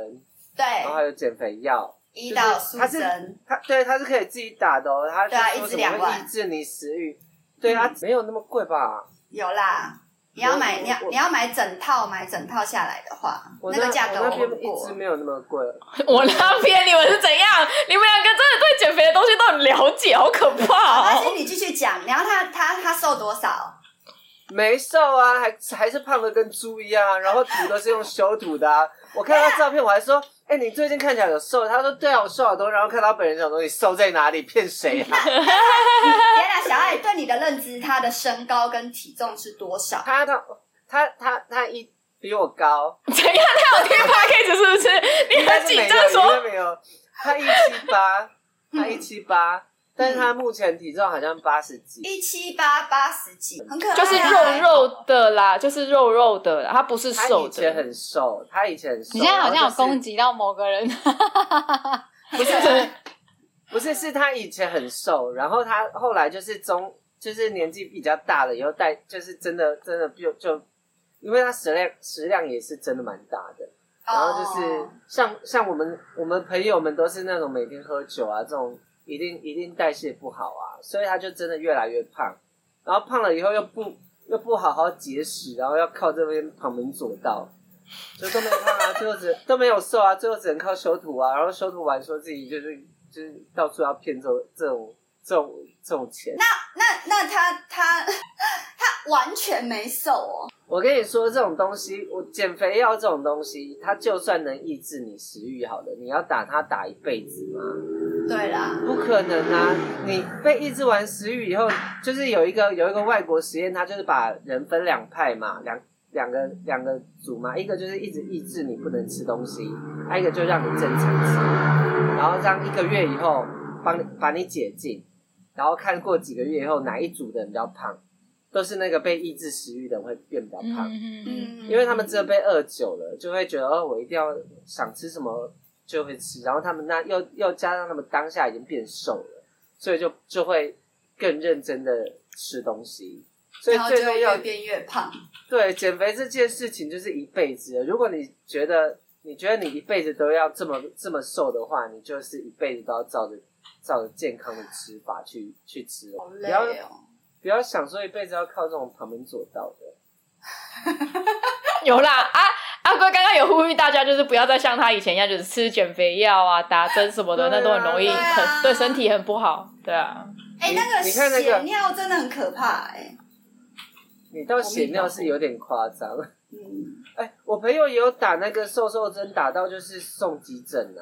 S4: 然后还
S2: 对
S4: 有减肥药，
S2: 胰岛素
S4: 就是它
S2: 针。
S4: 它对它是可以自己打的哦，它
S2: 对啊一
S4: 就
S2: 支
S4: 说什么
S2: 两万
S1: 嗯
S4: 会抑制你食欲，对它没有那么贵吧？
S2: 有啦，你要买
S4: 我
S2: 你要
S4: 我
S2: 你要买整套买整套下来的话，
S4: 我
S2: 那个价格
S4: 我那
S2: 我
S4: 边
S2: 问
S4: 一直
S2: 过。啊
S4: 没有那么贵，
S1: 我那边你们是怎样？你们两个真的对减肥的东西都很了解，好可怕
S2: 而
S1: 哦！
S2: 且你继续讲，然后他他他瘦多少？
S4: 没瘦啊，还还是胖的跟猪一样啊，然后土都是用修图的啊。我看到照片，我还说，哎、你最近看起来有瘦。他说，对啊，我瘦好多。然后看到本人，想说你瘦在哪里？骗谁啊？
S2: 原来小爱对你的认知，他的身高跟体重是多少？
S4: 他他他他他一比我高，
S1: 怎样？他有听 p o d c a s 是不是？你
S4: 但
S1: 很
S4: 是
S1: 紧
S4: 没有，
S1: 张
S4: 应该
S1: 说，
S4: 没有。他一七八，他一七八，但是他目前体重好像八十
S3: 嗯
S4: 几。
S2: 一七八八十几，很可爱、啊。
S1: 就是肉肉的啦，就是肉肉的啦，他不是
S4: 他
S1: 瘦
S4: 以前
S1: 的。
S4: 很瘦，他以前很瘦。
S3: 你现在好像
S4: 然
S3: 有
S4: 后就是
S3: 攻击到某个人，
S4: 不是，不是，是他以前很瘦，然后他后来就是中，就是年纪比较大了以后带，就是真的真的就就，因为他食量食量也是真的蛮大的，然后就是
S2: 哦
S4: 像像我们我们朋友们都是那种每天喝酒啊这种，一定一定代谢不好啊，所以他就真的越来越胖，然后胖了以后又不又不好好节食，然后要靠这边旁门左道，就都没胖啊，最后只都没有瘦啊，最后只能靠修图啊，然后修图完说自己就是就是到处要骗这种这种这种这种钱。
S2: 那那他他 他完全没瘦哦，
S4: 我跟你说，这种东西，我减肥药这种东西，它就算能抑制你食欲，好的，你要打它打一辈子吗？
S2: 对啦，
S4: 不可能啊！你被抑制完食欲以后，就是有一个有一个外国实验，它就是把人分两派嘛，两两个两个组嘛，一个就是一直抑制你不能吃东西，还、一个就让你正常吃，然后这样一个月以后帮你把你解禁，然后看过几个月以后哪一组的人比较胖，都是那个被抑制食欲的人会变比较胖。
S1: 嗯，
S2: 嗯，
S4: 因为他们真的被饿久了，就会觉得哦，我一定要想吃什么就会吃，然后他们那又又加上他们当下已经变瘦了，所以就就会更认真的吃东西，所以
S2: 然后就
S4: 最重要
S2: 越变越胖，
S4: 对减肥这件事情就是一辈子的。如果你觉得你觉得你一辈子都要这么这么瘦的话，你就是一辈子都要照着照着健康的吃法去去吃哦，
S2: 好
S4: 不
S2: 累
S4: 要
S2: 哦。
S4: 不要想说一辈子要靠这种旁门左道的。
S1: 有啦啊！阿龟刚刚有呼吁大家，就是不要再像他以前一样，就是吃减肥药啊、打针什么的，
S4: 对啊
S1: 那都很容易
S2: 对啊
S1: 很对身体很不好。对啊，
S2: 哎、
S4: 你
S2: 那个
S4: 你看那个
S2: 血尿真的很可怕哎、
S4: 你到血尿是有点夸张。
S2: 嗯，
S4: 哎、我朋友也有打那个瘦瘦针，打到就是送急诊啊。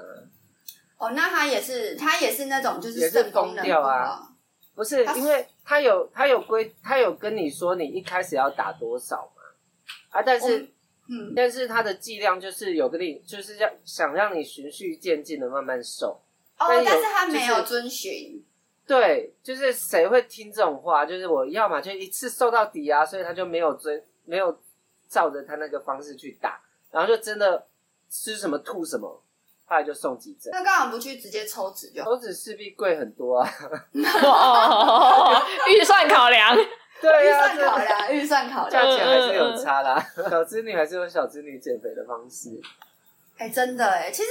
S2: 哦，那他也是他也是那种就是
S4: 也是
S2: 肾功能
S4: 疯掉
S2: 不
S4: 啊
S2: 好，
S4: 不是
S2: 他，
S4: 因为他有他有规，他有跟你说你一开始要打多少嘛？啊，但是、
S2: 嗯，
S4: 但是他的剂量就是有跟你，就是要想让你循序渐进的慢慢瘦。
S2: 哦
S4: 但，
S2: 但
S4: 有
S2: 是他没有
S4: 就是
S2: 遵循，
S4: 对，就是谁会听这种话？就是我要嘛就一次瘦到底啊，所以他就没有遵没有照着他那个方式去打，然后就真的吃什么吐什么，后来就送急诊。
S2: 那干嘛不去直接抽脂就好？
S4: 手指势必贵很多啊。
S1: 哦，预算考量，
S4: 对啊
S2: 预
S4: 呀、
S2: 算
S4: 这
S2: 考量，预算考
S4: 价
S2: 量，
S4: 钱还是有差啦。 小资女还是有小资女减肥的方式，
S2: 哎、真的哎、其实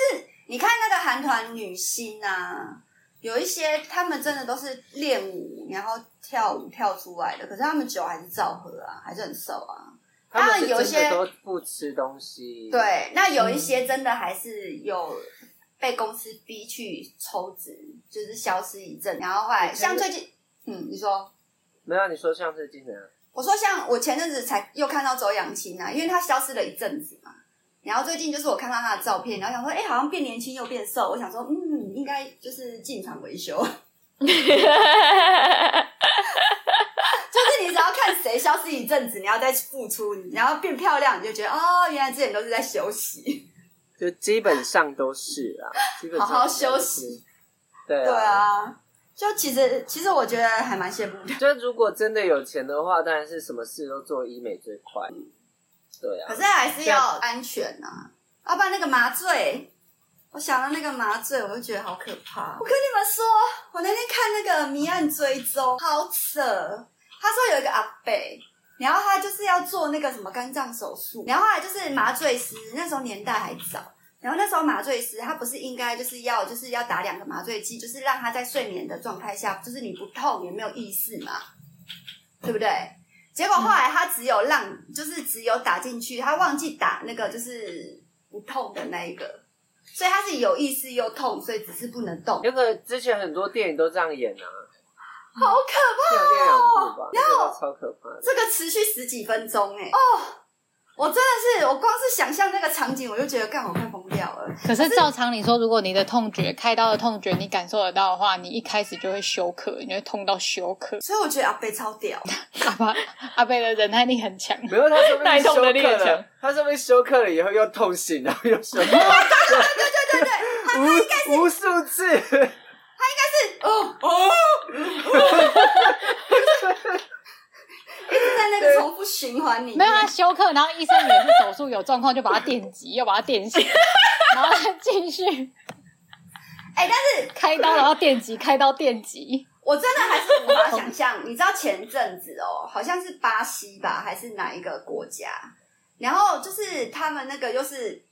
S2: 你看那个韩团女星啊，有一些她们真的都是练舞，然后跳舞跳出来的，可是她们酒还是照喝啊，还是很瘦啊。当
S4: 他
S2: 然
S4: 们是
S2: 有
S4: 真
S2: 些
S4: 的都不吃东西。，
S2: 对，那有一些真的还是有被公司逼去抽脂，就是消失一阵，然后后来
S4: 我觉得
S2: 像最近，嗯，你说。
S4: 没有你说像最近的，
S2: 我说像我前阵子才又看到周扬青啊，因为她消失了一阵子嘛。然后最近就是我看到她的照片，然后想说，哎、好像变年轻又变瘦。我想说，嗯，应该就是进场维修。 就是你只要看谁消失一阵子，你要再付出，你然后变漂亮，你就觉得哦，原来之前都是在休息。
S4: 就基本上都是啦，基本上
S2: 好好
S4: 都是
S2: 休息。
S4: 对
S2: 对
S4: 啊，
S2: 啊，就其实其实我觉得还蛮羡慕的。
S4: 就如果真的有钱的话，当然是什么事都做医美最快。对啊
S2: 可，是还是要安全啊，要不然那个麻醉，我想到那个麻醉，我就觉得好可怕。我跟你们说，我那天看那个《迷案追踪》，好扯。他说有一个阿伯，然后他就是要做那个什么肝脏手术，然后后来就是麻醉师，那时候年代还早。然后那时候麻醉师他不是应该就是要就是要打两个麻醉剂，就是让他在睡眠的状态下，就是你不痛也没有意识嘛，对不对？结果后来他只有让，就是只有打进去，他忘记打那个就是不痛的那一个，所以他是有意识又痛，所以只是不能动。
S4: 那个之前很多电影都这样演啊，
S2: 好可哦
S4: 只有那两部吧，那个超可怕
S2: 怕！
S4: 的。
S2: 这个持续十几分钟哎、哦，我真的是，我光是想象那个场景，我就觉得干，我快疯掉了。。
S3: 可是照常理说，如果你的痛觉开刀的痛觉你感受得到的话，你一开始就会休克，你会痛到休克
S2: 所以我觉得阿贝超屌，
S3: 阿爸阿贝的忍耐力很强，
S4: 没有，他说不定
S1: 带
S4: 休
S1: 动能力
S4: 克
S1: 很
S4: 了
S1: 强，
S4: 他说不定休克了以后又痛醒，然后又休克，哦对对
S2: 对对对，
S4: 对，无无数次，
S2: 哦哦，哦 一直在那个重复循环里面。
S3: 没有他休克，然后医生以为是手术有状况，就把他电击，又把他电 醒，然后他继续
S2: 哎、但是
S3: 开刀，然后电击，开刀电击。
S2: 我真的还是无法想 象。你知道前阵子哦，好像是巴西吧，还是哪一个国家？然后就是他们那个又是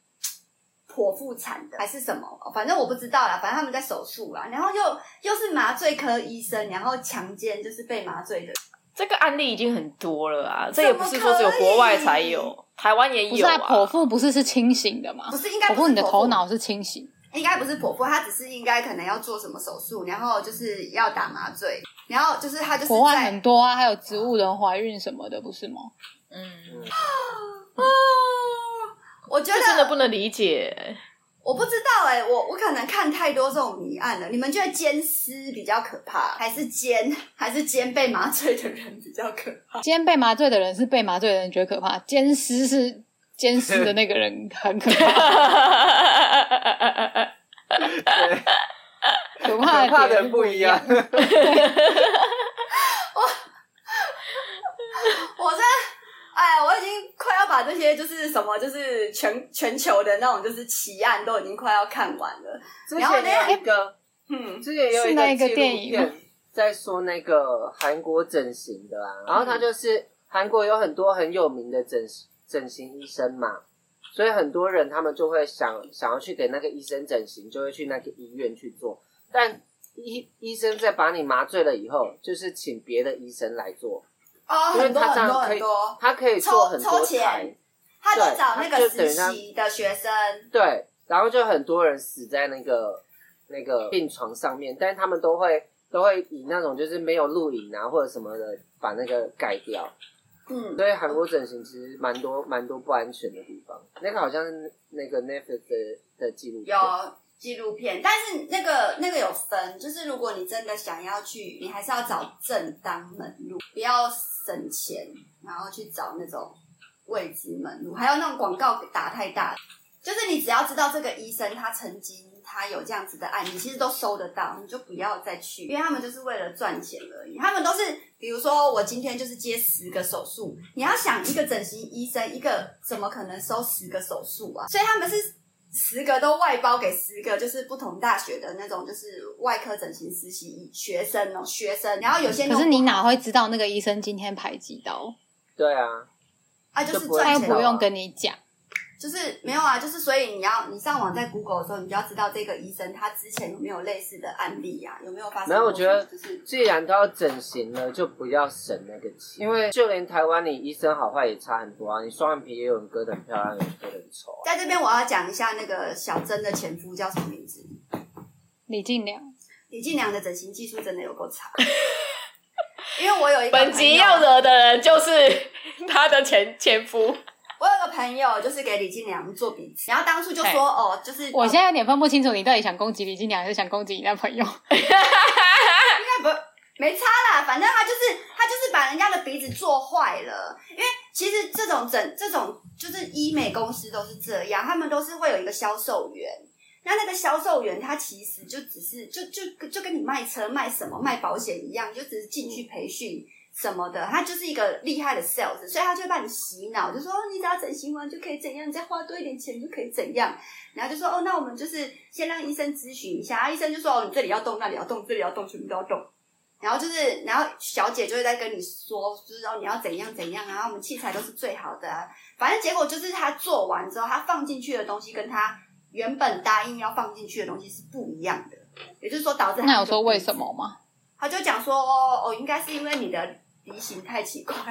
S2: 剖腹产的，还是什么？反正我不知道啦。反正他们在手术啦，然后又又是麻醉科医生，然后强奸就是被麻醉的。
S1: 这个案例已经很多了啊，这
S2: 么
S1: 也不是说只有国外才
S2: 可
S1: 有，台湾也
S3: 不
S1: 有
S3: 是啊，剖
S1: 啊。
S3: 腹不是是清醒的吗
S2: 不？是应该不
S3: 剖腹
S2: 是
S3: 你的
S2: 剖
S3: 头脑是清醒。
S2: 应该不是剖腹，他只是应该可能要做什么手术，然后就是要打麻醉，然后就是他就是
S3: 国外
S2: 在
S3: 很多啊，还有植物人怀孕什么的，不是吗？
S1: 嗯，
S2: 哦，我觉
S1: 这真的不
S2: 得
S1: 能理 解。
S2: 我不知道哎、我我可能看太多这种谜案了。你们觉得奸尸比较可怕，还是奸还是奸被麻醉的人比较可怕？
S3: 今天被麻醉的人是被麻醉的人觉得可怕，奸尸是奸尸的那个人很可 怕，
S4: 对
S3: 可怕
S4: 可
S3: 的
S4: 怕的
S3: 点
S4: 人不一样。
S2: 我真的。哎，我已经快要把这些就是什么，就是全全球的那种就是奇案都已经快要看完了。
S4: 之前也有一个，
S2: 嗯，
S4: 之前也有
S3: 是那一
S4: 个
S3: 个
S4: 纪录
S3: 电影
S4: 片在说那个韩国整形的
S3: 嗯
S4: 啊，然后他就是韩国有很多很有名的整整形医生嘛，所以很多人他们就会想想要去给那个医生整形，就会去那个医院去做，但医医生在把你麻醉了以后，就是请别的医生来做，
S2: 哦，
S4: 因为
S2: 很多
S4: 他这
S2: 很多
S4: 样可
S2: 很
S4: 以
S2: 多，，
S4: 他可以做很
S2: 抽
S4: 多
S2: 抽钱
S4: 台，
S2: 他都
S4: 对
S2: 找那
S4: 他
S2: 个
S4: 就
S2: 实
S4: 等于他
S2: 习的学生，
S4: 对，然后就很多人死在那个那个病床上面，但是他们都会都会以那种就是没有录影啊或者什么的把那个盖掉，
S2: 嗯，
S4: 所以韩国整形其实蛮多蛮多不安全的地方。那个好像是那个 Netflix 的的纪录片，
S2: 有纪录片，但是那个那个有分，就是如果你真的想要去，你还是要找正当门路，不要省钱，然后去找那种未知门路，还有那种广告打太大，就是你只要知道这个医生他曾经。他有这样子的案，你其实都收得到，你就不要再去，因为他们就是为了赚钱而已。他们都是，比如说我今天就是接十个手术，你要想一个整形医生，一个怎么可能收十个手术啊？所以他们是十个都外包给十个，就是不同大学的那种，就是外科整形实习学生哦，学生。然后有些弄
S3: 可
S2: 不
S3: 是你
S2: 好
S3: 哪会知道那个医生今天排几刀？
S4: 对啊，
S2: 啊？就是
S4: 就不会
S3: 他
S2: 赚
S3: 又
S2: 钱
S3: 不用跟你讲，
S2: 就是没有啊，就是所以你要你上网在 Google 的时候，你就要知道这个医生他之前有没有类似的案例啊，有没有发生
S4: 然
S2: 过
S4: 后我
S2: 什
S4: 觉
S2: 么？
S4: 得
S2: 就是，
S4: 既然都要整形了，就不要省那个钱，因为就连台湾你医生好坏也差很多啊，你双眼皮也有人割的很漂亮，有人割的很丑啊。
S2: 在这边我要讲一下那个小珍的前夫叫什么名字？
S3: 李静良，
S2: 李静良的整形技术真的有够差，因为我有一个
S1: 本
S2: 朋
S1: 集
S2: 友
S1: 要惹的人就是 他的前前夫，
S2: 我有个朋友就是给李静良做鼻子，然后当初就说哦，就是
S3: 我现在有点分不清楚你到底想攻击李静良还是想攻击你那朋友。
S2: 不没差啦，反正他就是他就是把人家的鼻子做坏了，因为其实这种整这种就是医美公司都是这样，他们都是会有一个销售员。那那个销售员他其实就只是就就就跟你卖车卖什么卖保险一样，就只是进去培训什么的，他就是一个厉害的 sales，所以他就会把你洗脑，就说、哦、你只要整形完就可以怎样，你再花多一点钱就可以怎样。然后就说哦，那我们就是先让医生咨询一下，啊、医生就说哦，你这里要动，那里要动，这里要动，全部都要动。然后就是，然后小姐就会在跟你说，就是哦，你要怎样怎样啊，然后我们器材都是最好的、啊。反正结果就是他做完之后，他放进去的东西跟他原本答应要放进去的东西是不一样的，也就是说导致他
S3: 那有
S2: 就
S3: 说为
S2: 不
S3: 什么吗？
S2: 哦他就讲说，哦，应该是因为你的鼻型太奇 怪了，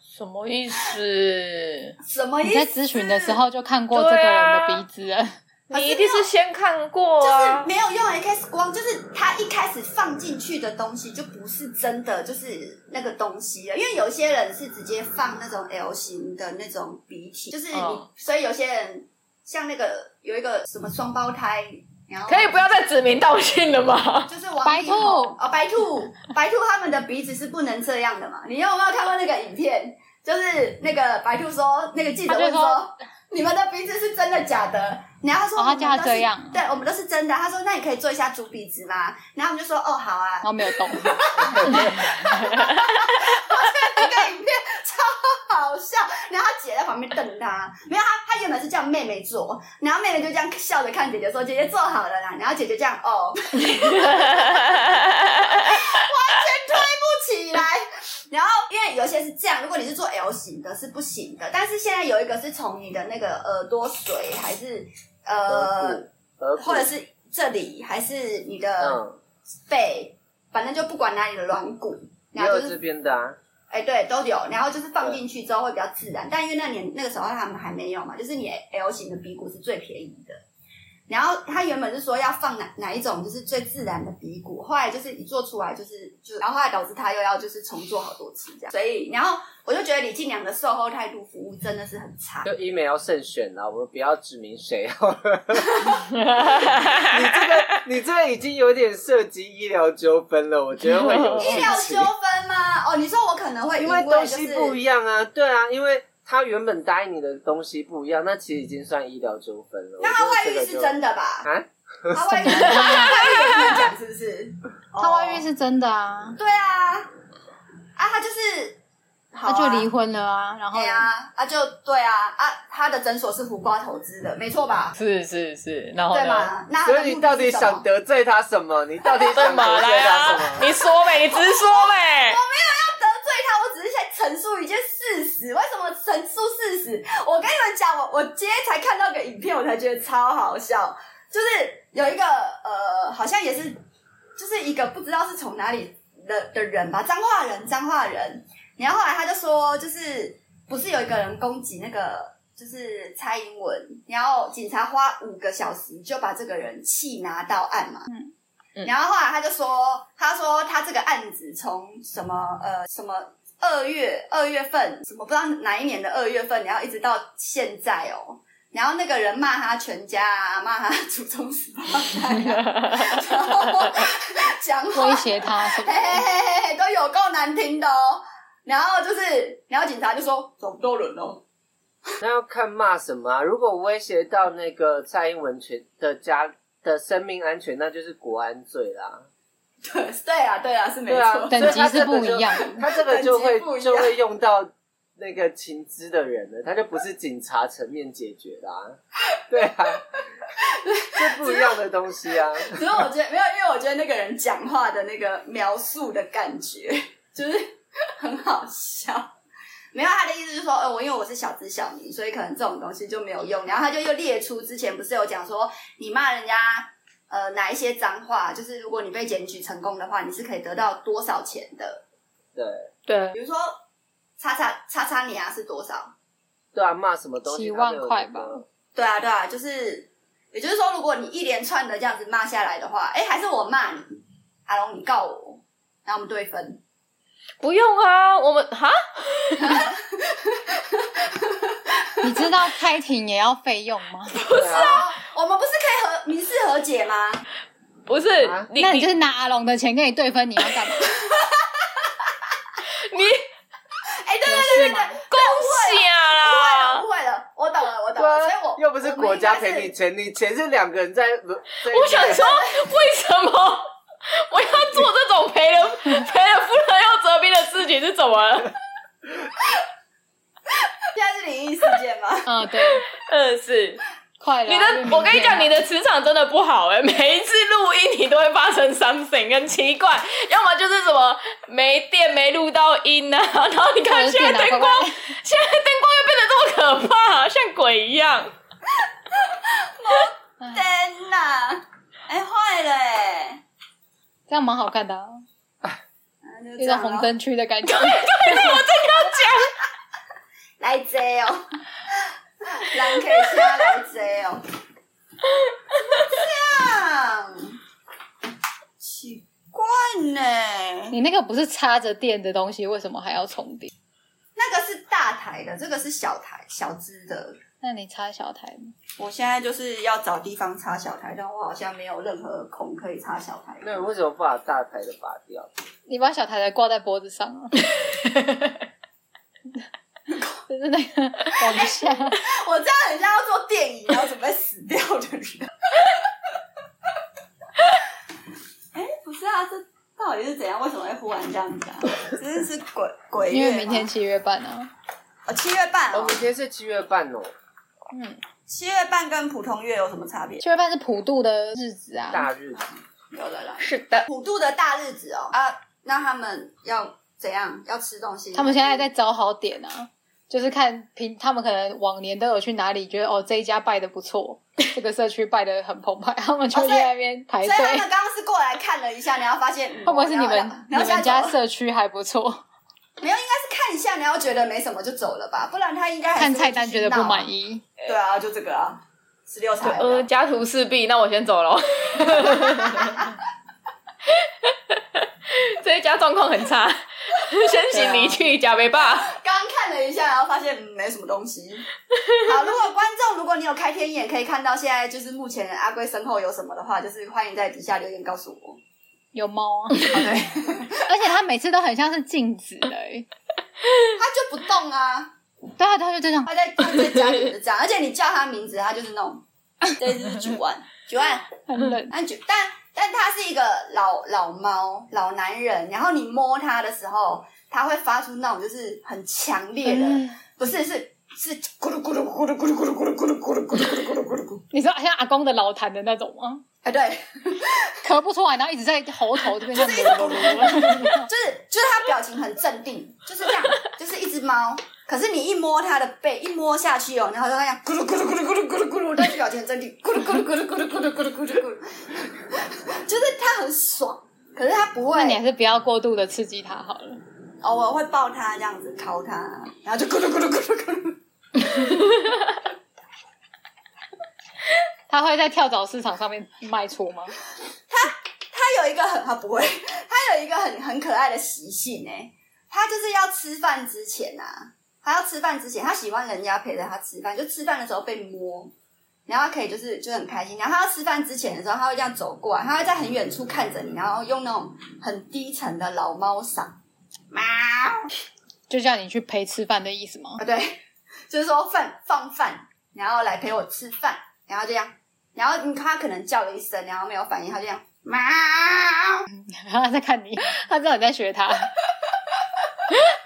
S1: 什么意思？
S2: 什么意
S3: 你
S2: 思？
S3: 在咨询的时，候就看过这个人的鼻子了，
S1: 你一定是先看过
S2: 就是
S1: 啊。
S2: 没有用 X 光，就是他一开始放进去的东西就不是真的，就是那个东西了。因为有些人是直接放那种 L 型的那种鼻体，就是你，
S1: 嗯
S3: 哦
S2: 所以有些人像那个有一个什么双胞胎，然后
S1: 可以不要再指名道姓了吗？
S2: 就是王
S3: 白
S2: 力宏
S3: 兔
S2: 哦，白兔，白兔他们的鼻子是不能这样的嘛？你有没有看过那个影片？就是那个白兔说，那个记者
S3: 他就
S2: 问
S3: 说
S2: 说，你们的鼻子是真的假的？然后他说，
S3: 哦他
S2: 我们
S3: 叫他
S2: 都是
S3: 这样
S2: 对我们都是真的。他说，那你可以做一下猪鼻子吗？然后我们就说，哦，好啊
S3: 然。后没有动。
S2: 那个影片超好笑，然后他姐在旁边瞪他，没有他，他原本是叫妹妹做，然后妹妹就这样笑着看姐姐说，姐姐做好了啦，然后姐姐这样哦，起来。然后因为有些是这样，如果你是做 L 型的，是不行的。但是现在有一个是从你的那个耳朵髓，还是呃，
S4: 颌骨，
S2: 或者是呃这里，还是你的
S4: 嗯，
S2: 背，反正就不管哪里的软骨，
S4: 也
S2: 然后
S4: 有
S2: 就
S4: 这
S2: 是。
S4: 边的啊，
S2: 哎、对，都有，然后就是放进去之后会比较自然，但因为那年那个时候他们还没有嘛，就是你 L 型的鼻骨是最便宜的。然后他原本是说要放哪哪一种就是最自然的鼻骨，后来就是一做出来就是就，然后后来导致他又要就是重做好多次这样，所以然后我就觉得李静良的售后态度服务真的是很差。
S4: 就医美要慎选啦，我们不要指明谁 好了。你这个，你这个已经有点涉及医疗纠纷了，我觉得 会有事
S2: 医
S4: 情
S2: 疗纠纷吗？哦，你说我可能会
S4: 因
S2: 为
S4: 为
S2: 就
S4: 东
S2: 是
S4: 西不一样啊，对啊，因为他原本答应你的东西不一样，那其实已经算医疗纠纷了。
S2: 那他
S4: 我觉
S2: 外
S4: 得这
S2: 遇
S4: 个
S2: 是
S4: 就
S2: 真的 吧？
S4: 啊？
S2: 他外遇是真的，他外遇也可以讲是不是？
S3: 他外遇
S2: 哦
S3: 是真的啊，
S2: 对啊，啊，他就是，好
S3: 他
S2: 啊
S3: 就离。婚了啊，然后
S2: 对啊，啊就对啊，啊，他的诊所是胡瓜投资的，没错吧？
S1: 是是是，然后
S2: 对
S1: 呢？
S2: 嘛？那他的
S4: 哦所以你到底想
S2: 目的
S4: 得罪他什么？你到底
S1: 对
S4: 想
S1: 嘛
S4: 得罪
S1: 来
S4: 他
S1: 啊
S4: 什？么？
S1: 你说呗，你直说呗。
S2: 是什么得罪他？我只是在陈述一件事实。为什么陈述事实？我跟你们讲，我我今天才看到个影片，我才觉得超好笑。就是有一个呃，好像也是，就是一个不知道是从哪里的的人吧，彰化人，彰化人。然后后来他就说，就是不是有一个人攻击那个就是蔡英文，然后警察花五个小时就把这个人气拿到案嘛。嗯
S1: 嗯
S2: 然后后来他就说，他说他这个案子从什么呃什么二月二月份什么不知道哪一年的二月份，然后一直到现在哦。然后那个人骂他全家啊，骂他祖宗十八代啊， 然后讲话
S3: 威胁他什么
S2: 嘿嘿
S3: 的。
S2: 嘿嘿嘿，都有够难听的哦。然后就是，然后警察就说找不到人哦。
S4: 那要看骂什么啊？如果威胁到那个蔡英文全的家的生命安全，那就是国安罪啦。
S2: 对对啊，对啊，是没
S4: 对啊，
S2: 错。
S3: 等级是不一样
S4: 所 以他这个就，他
S2: 等
S4: 这个就会
S2: 级不一样
S4: 就会用到那个情资的人了，他就不是警察层面解决的啊，对啊，这不一样的东西啊，
S2: 只是我觉得没有，因为我觉得那个人讲话的那个描述的感觉，就是很好笑。没有，他的意思是说，呃，我因为我是小资小民，所以可能这种东西就没有用。然后他就又列出之前不是有讲说，你骂人家呃哪一些脏话，就是如果你被检举成功的话，你是可以得到多少钱的？
S4: 对
S1: 对，
S2: 比如说叉叉叉叉你啊是多少？
S4: 对啊，骂什么东西
S3: 几
S4: 他
S3: 万
S4: 都有
S3: 块
S4: 那个
S2: 对啊，对啊，就是也就是说，如果你一连串的这样子骂下来的话，哎、还是我骂你，阿龙你告我，然后我们对分。
S1: 不用啊，我们哈，
S3: 你知道开庭也要费用吗？
S4: 对啊，
S2: 啊，我们不是可以和民事和解吗？
S1: 不是
S4: 啊
S1: 你
S3: 那
S1: 你
S3: 你就是拿阿龙的钱跟你对分，你要干嘛？
S1: 你
S2: 哎、对对对
S3: 有
S2: 对
S3: 事
S2: 对
S3: 吗，
S1: 恭喜
S2: 误会了，
S1: 啊！
S2: 误会了，我懂了，我懂
S4: 对
S2: 了，
S4: 啊
S2: 所以我
S4: 又不是国家赔
S2: 我
S4: 你
S2: 们应
S4: 钱，你钱是两个人在轮。在
S3: 啊
S1: 我想说，为什么 我要做这种赔了赔了夫人又折兵的事情是怎么了？
S2: 该是现在是灵异事件吗？
S3: 嗯，对，
S1: 嗯，是
S3: 快了
S1: 你
S3: 啊。因为明
S1: 的，我跟你
S3: 天啊
S1: 讲，你的磁场真的不好哎、每一次录音你都会发生 something 很奇怪，要么就是什么没电没录到音啊， 然后你
S3: 我
S1: 看
S3: 的
S1: 现
S3: 电啊
S1: 在灯
S3: 脑快
S1: 光，
S3: 关
S1: 现在灯光又变得这么可怕、像鬼一样。
S2: 天哪！哎、坏了哎、
S3: 这样蛮好看的啊。
S2: 嗯就这
S3: 一个
S2: 样
S3: 红
S2: 咯
S3: 灯区的感觉。
S2: 来 J 哦，人可以下来 J 哦，这样奇怪呢。
S3: 你那个不是插着电的东西，为什么还要重叠？
S2: 那个是大台的，这个是小台小支的。
S3: 那你插小台吗？
S2: 我现在就是要找地方插小台，但我好像没有任何孔可以插小台。
S4: 那你为什么不把大台的拔掉？
S3: 你把小台台挂在脖子上 啊？就是那个往下，
S2: 我这样很像要做电影然后准备死掉的人。 哎、不是啊，这到底是怎样？为什么会忽然这样子啊？ 真的是鬼鬼
S3: 因
S2: 月
S3: 为
S2: 吗
S3: 明天七月半啊。
S2: 哦七月半
S4: 哦，
S2: 哦
S4: 明，天是七月半哦，
S3: 嗯，
S2: 七月半跟普通月有什么差别？
S3: 七月半是普渡的日子啊。
S4: 大日子。
S2: 有的啦，
S1: 是的，
S2: 普渡的大日子哦啊，那他们要怎样？要吃东西？
S3: 他们现在在找好点啊，就是看平，他们可能往年都有去哪里，觉得哦这一家拜的不错，这个社区拜的很澎湃，他们就
S2: 哦
S3: 去
S2: 所以
S3: 那边排
S2: 所以他
S3: 队
S2: 们。刚刚是过来看了一下，然后发现，嗯
S3: 会不会是你
S2: 我要
S3: 们你
S2: 要要下
S3: 们家
S2: 走了
S3: 社区还不错？
S2: 没有？应该是看一下，然后觉得没什么就走了吧？不然他应该还是
S3: 看
S2: 会
S3: 菜单
S2: 继续
S3: 觉得不
S2: 闹啊
S3: 满意，
S2: 对啊，就这个啊，十六才
S1: 呃，家徒四壁，那我先走了。 这一家状况很差，先行离去，假没爸。
S2: 刚看了一下，然后发现、嗯、没什么东西。好，如果观众如果你有开天眼，可以看到现在就是目前阿龟身后有什么的话，就是欢迎在底下留言告诉我。
S3: 有猫
S2: 哦
S3: 啊， 而且它每次都很像是静止的、欸，
S2: 他就不动啊，
S3: 对啊，它就这样，
S2: 他在他在家里就是这样，而且你叫他名字，他就是那种，这就是九万，九万，
S3: 很冷。
S2: 但九，但但他是一个老老猫老男人，然后你摸他的时候，他会发出那种就是很强烈的，
S3: 嗯
S2: 不是是是咕噜咕噜咕噜咕噜咕噜咕噜咕噜咕噜咕噜咕噜咕噜咕噜咕噜，
S3: 你知道像阿公的老痰的那种吗？
S2: 哎对。
S3: 咳不出来，然后一直在喉头这边这样噜噜噜噜噜
S2: 就是就是他表情很镇定，就是这样，就是一只猫。可是你一摸它的背，一摸下去哦，然后就那样咕噜咕噜咕噜咕噜咕噜咕噜，但是表情很镇定，咕噜咕噜咕噜咕噜咕噜咕噜咕噜咕噜，就是它很爽。可是它不会
S3: 那，你还是不要过度的刺激它好了。
S2: 偶尔会抱它这样子敲它，然后就咕噜咕噜咕噜咕噜。
S3: 它会在跳蚤市场上面卖出吗？
S2: 它有一个很，它不会， 它有一个很很可爱的习性哎、它就是要吃饭之前啊，它要吃饭之前，它喜欢人家陪着它吃饭，就吃饭的时候被摸，然后它可以就是就很开心。然后它要吃饭之前的时候，它会这样走过来，它会在很远处看着你，然后用那种很低沉的老猫嗓，喵，
S3: 就叫你去陪吃饭的意思吗？
S2: 啊对，就是说饭放饭，然后来陪我吃饭，然后这样，然后你它可能叫了一声，然后没有反应，它就这样喵。
S3: 它在看你，它知道你在学它。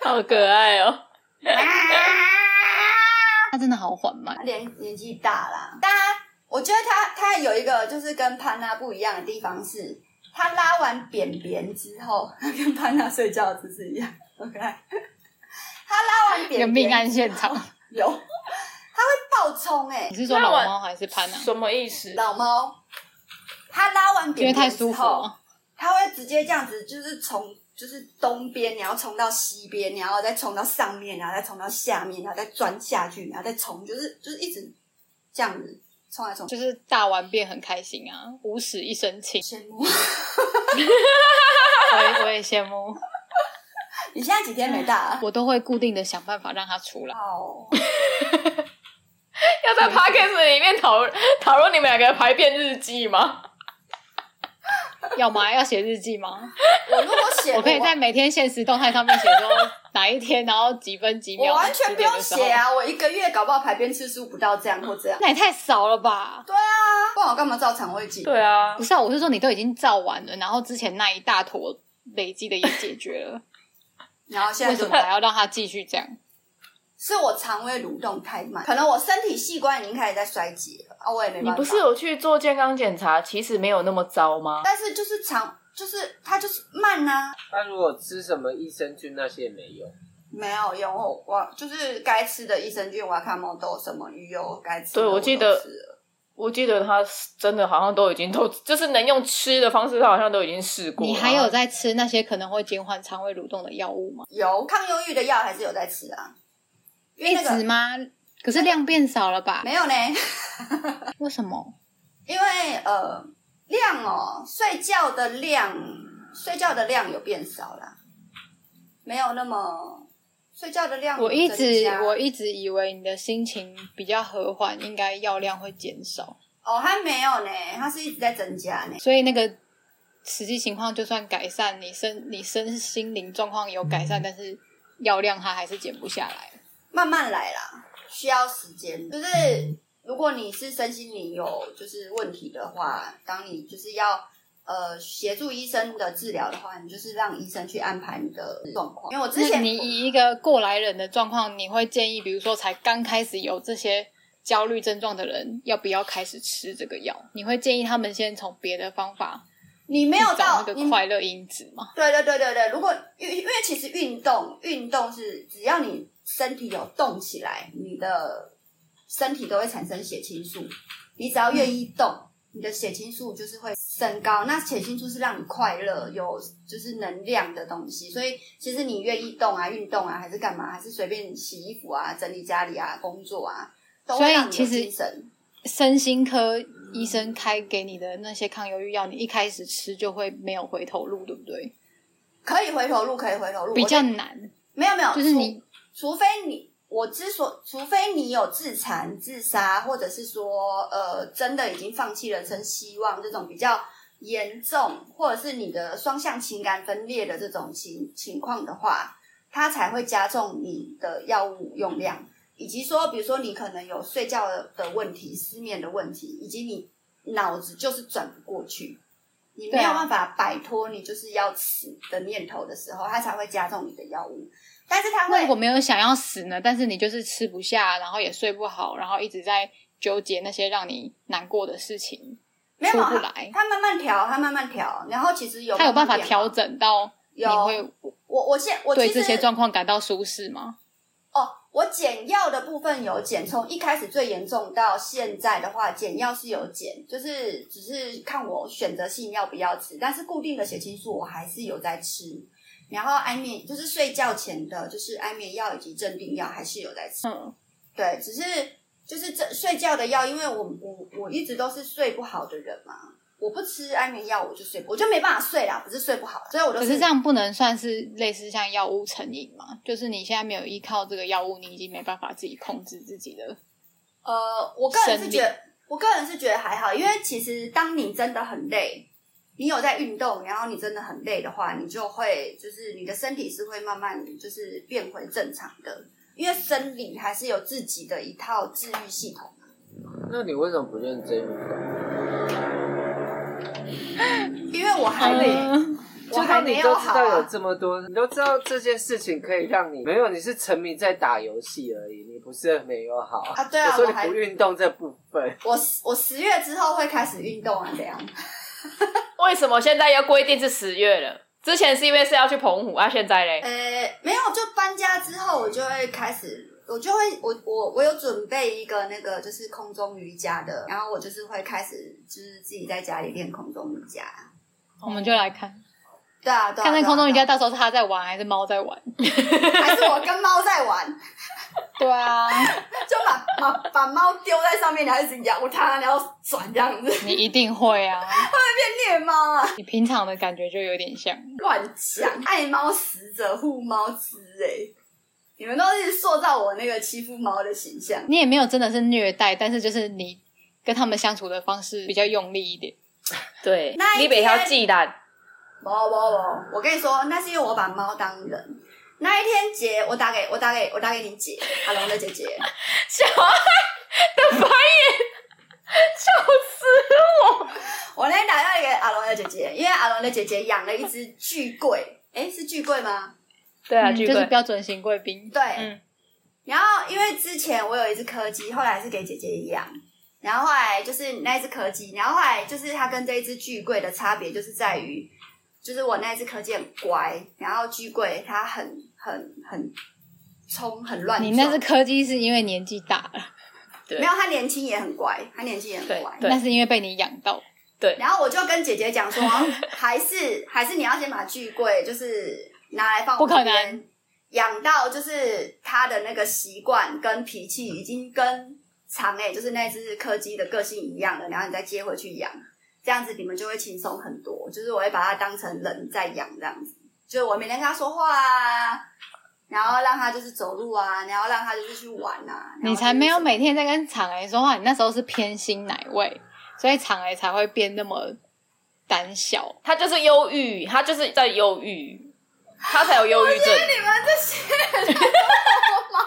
S1: 好可爱哦！
S3: 它真的好缓慢，
S2: 年年纪大啦，当然，我觉得他他有一个就是跟潘娜不一样的地方是，他拉完扁扁之后，他跟潘娜睡觉的姿势一样，OK。他拉完
S3: 有
S2: 扁
S3: 命案
S2: 扁
S3: 现 场。
S2: 有，他会爆冲哎、
S3: 你是说老猫还是潘啊？
S1: 什么意思？
S2: 老猫，他拉完
S3: 因为
S2: 扁
S3: 太
S2: 扁之
S3: 舒服
S2: 后，
S3: 了。
S2: 他会直接这样子，就是从就是东边，然后冲到西边，然后再冲到上面，然后再冲到下面，然后再钻下去，然后再冲，就是就是一直这样子冲来冲去。
S3: 就是大完便很开心啊，无屎一身轻，
S2: 羡慕。
S3: 我也我也羡慕，
S2: 你现在几天没大、啊？
S3: 我都会固定的想办法让它出来。
S2: 哦，
S1: 要在 podcast 里面讨讨论你们两个排便日记吗？
S3: 要吗？要写日记吗？
S2: 我如果写，
S3: 我可以在每天现实动态上面写 说哪一天，然后几分几
S2: 我
S3: 秒，
S2: 我完全不用
S3: 几
S2: 写
S3: 点的时候。
S2: 啊，我一个月搞不好排便次数不到这样或这样，啊
S3: 那也太少了吧？
S2: 不然我干嘛照肠胃镜？
S1: 对啊
S3: 不，是啊，我是说你都已经照完了，然后之前那一大坨累积的也解决了，
S2: 然后 现
S3: 为
S2: 在
S3: 什
S2: 就
S3: 么还要让它继续这样？
S2: 是我肠胃蠕动太慢，可能我身体器官已经开始在衰竭了啊，我也没办
S1: 你
S2: 法。
S1: 不是，有去做健康检查，其实没有那么糟吗？
S2: 但是就是肠，就是它就是慢呐、
S4: 他如果吃什么益生菌那些也没有，
S2: 没有用，我我就是该吃的益生菌、瓦卡莫豆、什么鱼油该吃的
S1: 对
S2: 我
S1: 我记得
S2: 都吃了
S1: 我记得他真的好像都已经都就是能用吃的方式，他好像都已经试
S2: 啊
S1: 过了。
S3: 你还有在吃那些可能会减缓肠胃蠕动的药物吗？
S2: 有抗忧郁的药还是有在吃啊？因为
S3: 一
S2: 那
S3: 直
S2: 个
S3: 吗？可是量变少了吧？
S2: 没有呢，
S3: 为什么？
S2: 因为呃量哦，睡觉的量，睡觉的量有变少啦，没有那么睡觉的量
S3: 我一
S2: 增
S3: 直
S2: 加
S3: 我一直以为你的心情比较和缓，应该药量会减少，
S2: 哦，它没有呢，它是一直在增加呢。
S3: 所以那个实际情况就算改善，你身你身心灵状况有改
S2: 嗯
S3: 善，但是药量它还是减不下来。
S2: 慢慢来啦，需要时间。就是如果你是身心灵有就是问题的话，当你就是要呃协助医生的治疗的话，你就是让医生去安排你的状况。因为我之
S3: 那
S2: 前
S3: 你以一个过来人的状况，你会建议，比如说才刚开始有这些焦虑症状的人，要不要开始吃这个药？你会建议他们先从别的方法
S2: 你没有
S3: 去找
S2: 到
S3: 那个
S2: 你
S3: 快乐因子吗？
S2: 对对对对对，如果因因为其实运动运动是只要你身体有动起来，你的身体都会产生血清素。你只要愿意动，你的血清素就是会升高。那血清素是让你快乐、有就是能量的东西。所以其实你愿意动啊、运动啊，还是干嘛，还是随便洗衣服啊、整理家里啊、工作啊，都
S3: 所
S2: 会
S3: 以
S2: 让你有
S3: 其实
S2: 精神。
S3: 身心科医生开给你的那些抗忧郁药，你一开始吃就会没有回头路，对不对？
S2: 可以回头路，可以回头路。
S3: 比
S2: 我
S3: 较
S2: 在
S3: 难，
S2: 没有没有，
S3: 就是你
S2: 除非你，我之所，除非你有自残、自杀，或者是说，呃，真的已经放弃人生希望这种比较严重，或者是你的双向情感分裂的这种情情况的话，它才会加重你的药物用量，以及说，比如说你可能有睡觉的问题、失眠的问题，以及你脑子就是转不过去。你没
S3: 对
S2: 有
S3: 啊
S2: 办法摆脱你就是要死的念头的时候，它才会加重你的药物。但是它会
S3: 那如果没有想要死呢？但是你就是吃不下，然后也睡不好，然后一直在纠结那些让你难过的事情，
S2: 没有
S3: 出不
S2: 它
S3: 来
S2: 它慢慢调，它慢慢调，然后其实有
S3: 他有办法
S2: 慢慢变
S3: 调
S2: 嘛。
S3: 整到你
S2: 有
S3: 会
S2: 我我现我
S3: 对
S2: 其实
S3: 这些状况感到舒适吗？
S2: 哦，我减药的部分有减，从一开始最严重到现在的话，减药是有减，就是只是看我选择性要不要吃，但是固定的血清素我还是有在吃。然后安眠就是睡觉前的，就是安眠药以及镇定药还是有在吃。
S3: 嗯，
S2: 对，只是就是这睡觉的药，因为我我我一直都是睡不好的人嘛，我不吃安眠药我就睡不，我就没办法睡啦，不是睡不好，所以我都
S3: 可是这样不能算是类似像药物成瘾嘛？就是你现在没有依靠这个药物，你已经没办法自己控制自己的。
S2: 呃，我个人是
S3: 生
S2: 觉得，我个人是觉得还好，因为其实当你真的很累，你有在运动，然后你真的很累的话，你就会就是你的身体是会慢慢就是变回正常的，因为生理还是有自己的一套治愈系统。
S4: 那你为什么不认真运动？
S2: 因为我还没，
S3: 嗯
S2: 我
S4: 就
S2: 还
S4: 当
S2: 没
S4: 你都知
S2: 好、
S4: 道有
S2: 啊。
S4: 这么多，你都知道这件事情可以让你没有，你是沉迷在打游戏而已，你不是没有好
S2: 啊对啊
S4: 我说
S2: 我
S4: 你
S2: 还
S4: 不运动这部分，
S2: 我十我十月之后会开始运动啊，这样。
S1: 为什么现在要规定是十月了？之前是因为是要去澎湖啊，现在嘞，
S2: 呃，没有，就搬家之后，我就会开始，我就会，我我我有准备一个那个就是空中瑜伽的，然后我就是会开始，就是自己在家里练空中瑜伽。
S3: 我们就来看
S2: 对啊，哦对啊
S3: 看那空中瑜伽，
S2: 对啊
S3: 到时候是他在玩还是猫在玩？
S2: 对啊还是我跟猫在玩，
S3: 对啊，
S2: 就把把把猫丢在上面，然后一直摇它，然后转这样子，
S3: 你一定会啊！
S2: 虐猫啊，
S3: 你平常的感觉就有点像。
S2: 乱讲，爱猫死者护猫之哎，你们都是塑造我那个欺负猫的形象。
S3: 你也没有真的是虐待，但是就是你跟他们相处的方式比较用力一点。
S1: 对
S2: 那，一
S1: 你北条记 的，
S2: 不不不，我跟你说，那是因为我把猫当人。那一天姐，我打给我打给我打给你姐，阿龙的姐姐，
S1: 小爱的白眼，笑死我！
S2: 我那天打电话给阿龙的姐姐，因为阿龙的姐姐养了一只巨贵，诶，是巨贵吗？
S1: 对啊，
S3: 嗯
S1: 巨
S3: 就是
S1: 贵，
S3: 标准型贵宾。
S2: 对，
S1: 嗯
S2: 然后因为之前我有一只柯基，后来是给姐姐养，然后后来就是那一只柯基，然后后来就是它跟这一只巨贵的差别就是在于，就是我那一只柯基很乖，然后巨贵它很很很冲很乱撞。
S3: 你那只柯基是因为年纪大了，
S1: 对
S2: 没有，他年轻也很乖，他年轻也很
S1: 对
S2: 乖。
S1: 对
S3: 那是因为被你养到。
S2: 然后我就跟姐姐讲 说，还是还是你要先把巨贵就是拿来放我
S3: 不可
S2: 这
S3: 能
S2: 边，养到就是他的那个习惯跟脾气已经跟长哎、就是那只柯基的个性一样了，然后你再接回去养，这样子你们就会轻松很多。就是我会把它当成人在养这样子，就是我每天跟它说话啊。然后让它就是走路啊，然后让它就是去玩啊。然后
S3: 你才没有
S2: 就是
S3: 每天在跟厂癌说话，你那时候是偏心奶味，所以厂癌才会变那么胆小。
S1: 他就是忧郁，他就是在忧郁，他才有忧郁症。
S2: 你 们这些人毛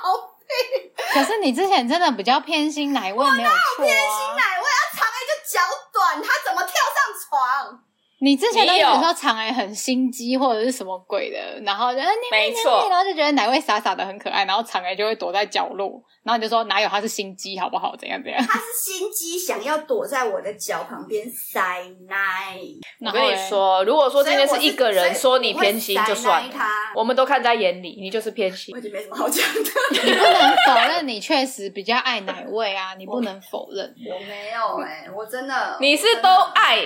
S2: 病
S3: 可是你之前真的比较偏心奶味，没有错
S2: 奶
S3: 啊。
S2: 味啊，长哎就脚短，他怎么跳上床？
S3: 你之前都一
S1: 没
S3: 直
S1: 有
S3: 说厂癌很心机或者是什么鬼的，然后就、啊、 你
S1: 没错
S3: 然后就觉得奶味傻傻的很可爱，然后厂癌就会躲在角落，然后你就说哪有他是心机好不好？怎样怎样？
S2: 他是心机，想要躲在我的脚旁边塞奶。
S1: 我
S3: 然后
S1: 跟你
S3: 嘞，
S1: 说，如果说今天
S2: 所以我
S1: 是
S2: 是
S1: 一个人
S2: 所以
S1: 说你偏心就
S2: 我
S1: 算
S2: 会
S1: 了
S2: 塞他，
S1: 我们都看在眼里，你就是偏心
S2: 我。已经没什么好讲的，
S3: 你不能否认你确实比较爱奶味啊，你不能否认。
S2: 我没有哎、我真的，
S1: 你是都爱，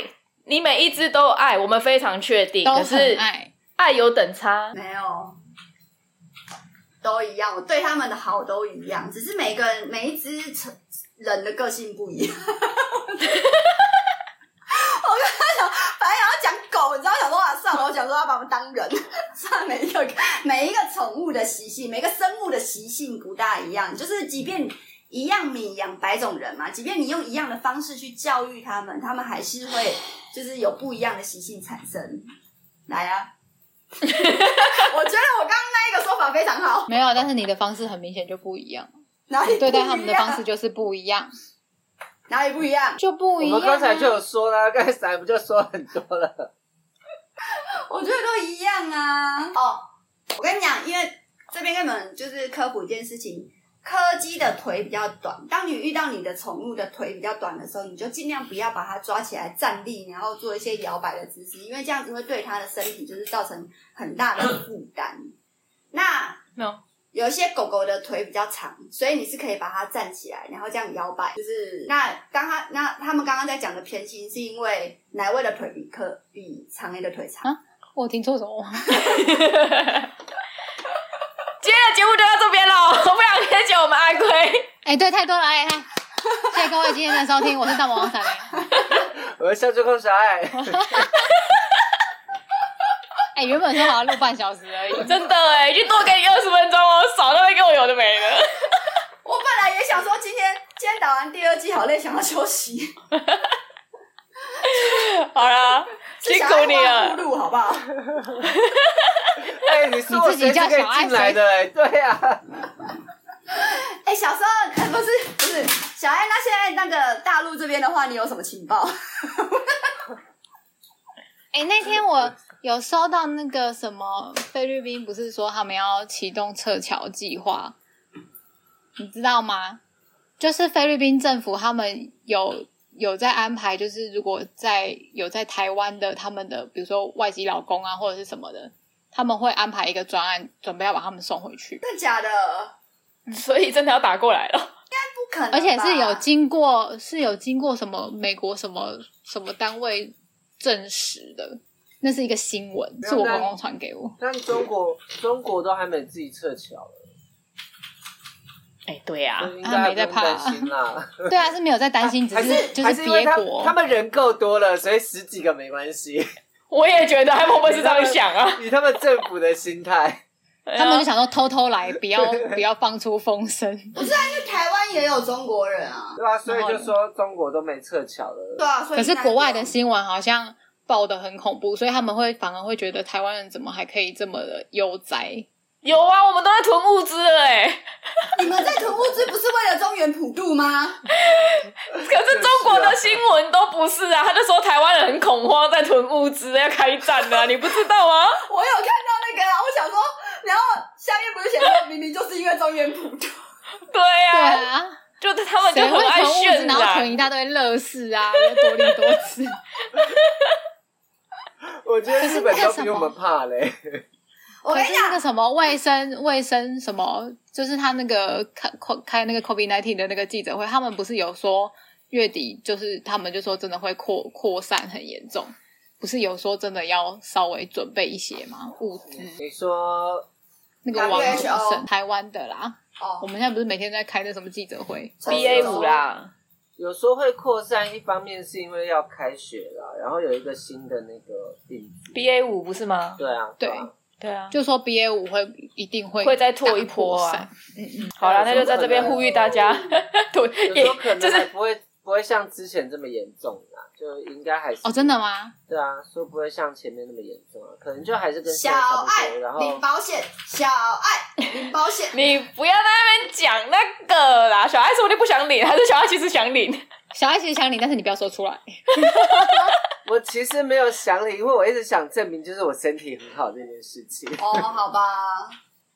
S1: 你每一只都爱， 我们非常确定。
S3: 都
S1: 可
S3: 很
S1: 是
S3: 爱，
S1: 爱有等差，
S2: 没有。都一样，我对他们的好都一样，只是每个人每一只成人的个性不一样。我刚才想，本来想要讲狗，你知道，想说啊，算了，我想说要把我们当人，算了每一个每一个宠物的习性，每个生物的习性不大一样，就是即便一样米养百种人嘛，即便你用一样的方式去教育他们，他们还是会就是有不一样的习性产生。来啊！我觉得我刚刚那一个说法非常好，
S3: 没有，但是你的方式很明显就不一样，
S2: 哪里
S3: 你对待
S2: 不一
S3: 他们的方
S2: 样
S3: 式就是不一样，
S2: 哪里不一样？
S3: 就不
S4: 我
S3: 一样、啊
S4: 们刚才就有说啦，刚才才不就说很多了？
S2: 我觉得都一样啊。哦，我跟你讲，因为这边跟你们就是科普一件事情，柯基的腿比较短。当你遇到你的宠物的腿比较短的时候，你就尽量不要把它抓起来站立，然后做一些摇摆的姿势，因为这样子会对它的身体就是造成很大的负担。那
S1: 没有
S2: 有一些狗狗的腿比较长，所以你是可以把它站起来，然后这样摇摆。就是那刚刚那他们刚刚在讲的偏心，是因为奶味的腿比柯比长 A 的腿长。
S3: 我听错什么？
S1: 今天的节目就到这边喽，我不想偏心我们阿龟。
S3: 哎、对，太多了，哎、哎，谢谢各位今天的收听，我是大魔王闪灵。
S4: 我们笑出空小 爱，
S3: 哎、原本说好要录半小时而已，
S1: 真的哎，就多给你二十分钟哦，少那边给我有的没的。
S2: 我本来也想说今天今天打完第二季好累，想要休 息，
S1: 好啦，辛
S2: 是
S1: 苦
S2: 想
S1: 你
S2: 要换
S1: 了
S2: 铺。路好不好？
S4: 哎、你说我
S3: 你自己
S4: 随时
S3: 叫
S4: 可以
S3: 小爱
S4: 进来的、哎，对啊，
S2: 哎、小时候、哎不是不是小艾，那现在那个大陆这边的话，你有什么情报？
S3: 哎、那天我有收到那个什么菲律宾，不是说他们要启动撤侨计划，你知道吗？就是菲律宾政府他们有有在安排，就是如果在有在台湾的他们的，比如说外籍老公啊或者是什么的，他们会安排一个专案，准备要把他们送回去，
S2: 真的假的？
S1: 所以真的要打过来 了，
S2: 不可能吧，
S3: 而且是有经过是有经过什么美国什么什么单位证实的，那是一个新闻，是我
S4: 那
S3: 公公传给我。
S4: 但中国中国都还没自己撤侨了，
S1: 哎，对呀、
S4: 所以应
S3: 他
S4: 该
S3: 啊没
S4: 不用
S3: 在怕
S4: 担心啦。
S3: 对啊，是没有在担心，只
S4: 还
S3: 是就
S4: 还是因为
S3: 别
S4: 他
S3: 国
S4: 他。们人够多了，所以十几个没关系。
S1: 我也觉得，还莫不是这样想啊。哎
S4: 以他们政府的心态，
S1: 他
S3: 啊他们就想说偷偷来，不要不要放出风声。
S2: 因为台湾也有中国人啊。
S4: 对吧、所以就说中国都没撤侨 了。
S2: 对啊，所以
S3: 可是国外的
S2: 现
S3: 新闻好像报的很恐怖，所以他们会反而会觉得台湾人怎么还可以这么的悠哉？
S1: 有啊，我们都在囤物资了哎、
S2: 在你们在囤物资不是为了中原普渡吗？
S1: 可是中国
S3: 啊
S1: 的新闻都不是啊，他就说台湾人很恐慌，在囤物资，要开战了啊、你不知道吗？
S2: 我有看到那个啊，我想说，然后下面不是写说明明就是因为中原普渡，
S1: 对呀、
S3: 对啊，
S1: 就他们就
S3: 谁会
S1: 很爱
S3: 囤物资，
S1: 渲
S3: 然后囤
S1: 染。
S3: 一大堆乐事啊，多利多吃？
S4: 我觉得日本
S3: 可是那
S4: 都
S3: 个什
S4: 比
S3: 么
S4: 我们怕嘞。
S2: 我跟
S3: 可
S2: 你
S3: 是
S2: 讲
S3: 那个什么卫生卫生什么，就是他那个开开那个 COVID nineteen 的那个记者会，他们不是有说月底就是他们就说真的会扩扩散很严重，不是有说真的要稍微准备一些吗？物资
S1: 嗯
S4: 你说
S3: 那个王主
S2: WHO
S3: 审台湾的啦，我
S2: 哦，
S3: 们现在不是每天在开那什么记者会，
S1: B A 五
S4: 啊
S1: 啦，
S4: 有时候会扩散，一方面是因为要开学了，然后有一个新的那个病毒。
S1: B A 五不是吗？
S4: 对啊，
S3: 对
S4: 啊
S1: 对啊，
S3: 就说 BA 五会一定会
S1: 会再拓一波
S3: 大扩
S1: 啊
S3: 散。
S1: 好啦，那就在这边呼吁大家， 对，
S4: 有时候可
S1: 就
S4: 能还
S1: 是，
S4: 不会不会像之前这么严重啦，就应该还是
S3: 哦，真的吗？
S4: 对啊，说不会像前面那么严重啊，可能就还是跟
S2: 小
S4: 现在差不
S2: 爱
S4: 多，然后
S2: 领保险，小爱领保险
S1: 你不要在那边讲那个啦。小孩说不定不想领，还是小孩其实想领。
S3: 小爱其实想你，但是你不要说出来。
S4: 我其实没有想你，因为我一直想证明就是我身体很好这件事情。
S2: 哦，好吧，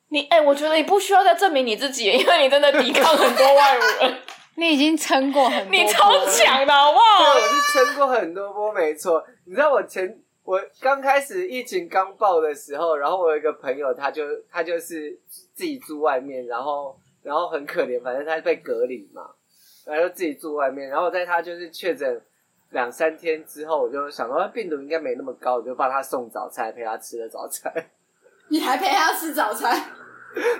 S1: 你哎、我觉得你不需要再证明你自己，因为你真的抵抗很多外 人，
S3: 你已经撑过很 多，
S1: 你超。强的好不
S4: 对，
S1: 好？
S4: 我是撑过很多波，没错。你知道我前我刚开始疫情刚爆的时候，然后我有一个朋友，他就他就是自己住外面，然后然后很可怜，反正他被隔离嘛，然后就自己住外面，然后在他就是确诊。两三天之后，我就想说啊病毒应该没那么高，我就帮他送早餐，陪他吃了早餐。
S2: 你还陪他吃早餐，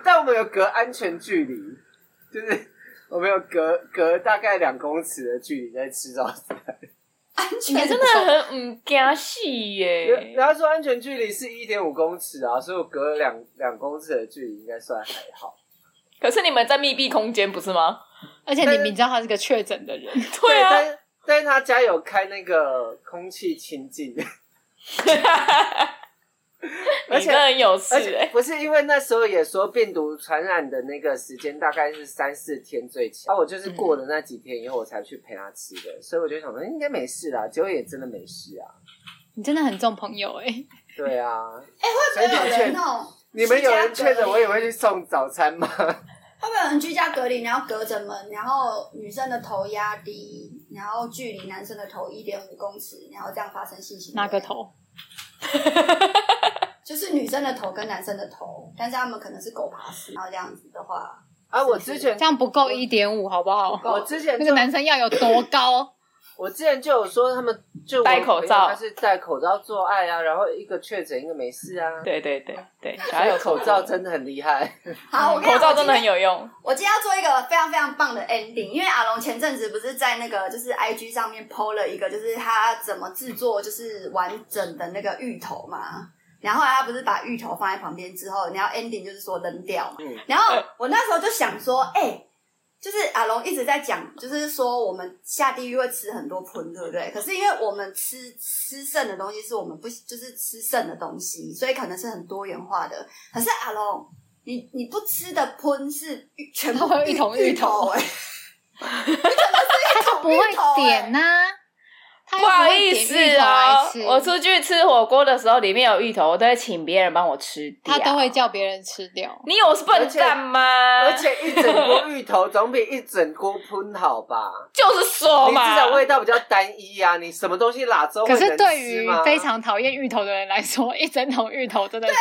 S4: 但我们有隔安全距离，就是我们有隔隔大概两公尺的距离在吃早餐。
S2: 安
S1: 你
S2: 全
S1: 真的很嗯惊戏耶！
S4: 然后说安全距离是一点五公尺啊，所以我隔了两两公尺的距离应该算还好。
S1: 可是你们在密闭空间不是吗？
S3: 而且你明知道他是个确诊的人，
S1: 对啊，
S4: 但但是他家有开那个空气清净，而
S1: 你
S4: 且
S1: 真的很有事
S4: 而且
S1: 哎！
S4: 不是因为那时候也说病毒传染的那个时间大概是三四天最长，啊，我就是过了那几天以后我才去陪他吃的，所以我就想说应该没事啦，结果也真的没事啊。
S3: 你真的很重朋友哎、
S4: 对啊，
S2: 会不会有人那种？
S4: 你们有人
S2: 居家
S4: 确
S2: 隔
S4: 诊，
S2: 离
S4: 我也会去送早餐吗？
S2: 会不会有人居家隔离，然后隔着门，然后女生的头压低，然后距离男生的头一点五公尺，然后这样发生性行为？
S3: 哪个？头？
S2: 就是女生的头跟男生的头，但是他们可能是狗爬式，然后这样子的话，
S4: 啊，我之前
S3: 这样不够一点五好不好？
S4: 我之前
S3: 那
S4: 就
S3: 个男生要有多高？
S4: 我之前就有说他们就我
S1: 戴口罩
S4: 朋友他是戴口罩做爱啊，然后一个确诊，一个没事啊。
S1: 对对对对，小
S4: 还
S1: 孩
S4: 有
S1: 有
S4: 口罩真的很厉害，
S2: 好，我跟
S1: 嗯
S2: 你
S1: 口
S2: 讲
S1: 罩真的很有用。
S2: 我今天要做一个非常非常棒的 ending，因为阿龙前阵子不是在那个就是 IG 上面 PO 了一个，就是他怎么制作就是完整的那个芋头嘛。然后后来他不是把芋头放在旁边之后，你要 ending 就是说扔掉嘛。
S4: 嗯
S2: 然后我那时候就想说，哎、就是阿龙一直在讲，就是说我们下地狱会吃很多盆，对不对？可是因为我们吃吃剩的东西是我们不就是吃剩的东西，所以可能是很多元化的。可是阿龙，你你不吃的喷是全部
S3: 它会有一桶
S2: 芋
S3: 芋头
S2: 头哎、
S3: 他就不会
S2: 欸
S3: 点啊呐、他又
S1: 不好
S3: 会
S1: 意
S3: 点
S1: 思
S3: 芋头
S1: 啊
S3: 来吃，
S1: 我出去吃火锅的时候，里面有芋头，我都会请别人帮我吃掉。
S3: 他都会叫别人吃掉。
S1: 你有笨蛋吗？
S4: 而且一整锅芋头总比一整锅喷好吧？
S1: 就是说
S4: 你至
S1: 哦嘛，
S4: 少味道比较单一啊，你什么东西哪周会
S3: 可
S4: 能
S3: 是对
S4: 吃
S3: 于
S4: 吗
S3: 非常讨厌芋头的人来说，一整桶芋头真的是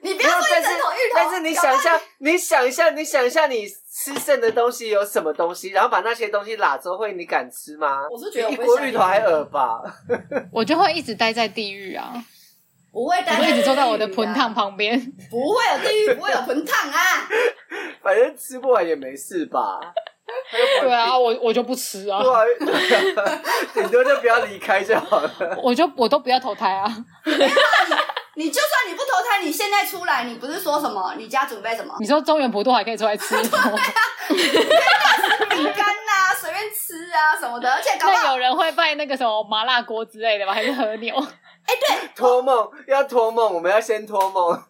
S2: 你不
S4: 没有
S2: 要说
S4: 但
S2: 一
S4: 是
S2: 整桶芋头，
S4: 但是你
S2: 搞
S4: 想
S2: 不好
S4: 象，你想一下，你想一下，你吃剩的东西有什么东西，然后把那些东西哪周会，你敢吃吗？
S2: 我是觉得我
S4: 一
S2: 不会
S4: 锅
S2: 想
S4: 芋头还恶吧？
S3: 我就会一直待在地狱啊！
S2: 我会
S3: 我
S2: 担
S3: 会
S2: 心
S3: 一直坐在我的
S2: 地狱啊
S3: 盆烫，旁边。
S2: 不会有地狱，不会有盆烫啊。
S4: 反正吃不完也没事 吧？
S3: 对啊，我我就不吃啊，
S4: 对啊， 对啊顶多就不要离开就好了。
S3: 我就我都不要投胎啊！
S2: 你就算你不投胎，你现在出来，你不是说什么？你家准备什么？
S3: 你说中原普渡还可以出来吃，
S2: 饼干呐，随便吃啊什么的，而且搞不
S3: 那
S2: 好
S3: 有人会拜那个什么麻辣锅之类的吗？还是和牛？
S4: 托梦要托梦，我们要先托梦。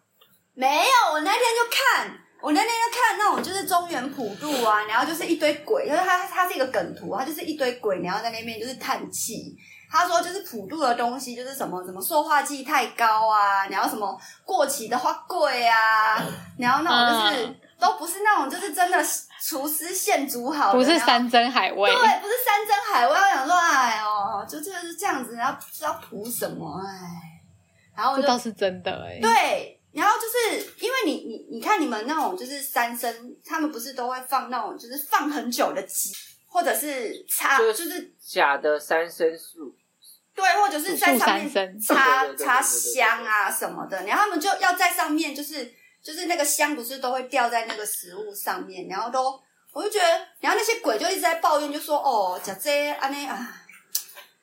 S2: 没有。我那天就看，我那天就看那种就是中原普渡啊，然后就是一堆鬼，就是它它是一个梗图，它就是一堆鬼，然后在那边就是叹气。他说就是普渡的东西就是什么什么塑化剂太高啊，然后什么过期的花贵啊，然后那种就是、都不是那种就是真的厨师现煮好的，
S3: 不是
S2: 然后
S3: 山珍海味，
S2: 对，不是山珍海味。我想说，哎哦，就这个是这样子，然后不知道补什么，哎。然后我
S3: 这
S2: 就
S3: 倒是真的哎、
S2: 对，然后就是因为你你你看你们那种就是三生，他们不是都会放那种就是放很久的鸡，或者是插
S4: 就
S2: 就是是
S4: 假的三生素，
S2: 对，或者是在
S3: 树
S2: 上
S3: 三
S2: 面
S3: 生，
S2: 插
S4: 对对对对对对
S2: 插香啊什么的，然后他们就要在上面就是就是那个香不是都会掉在那个食物上面，然后都我就觉得，然后那些鬼就一直在抱怨，就说哦，假这安内啊，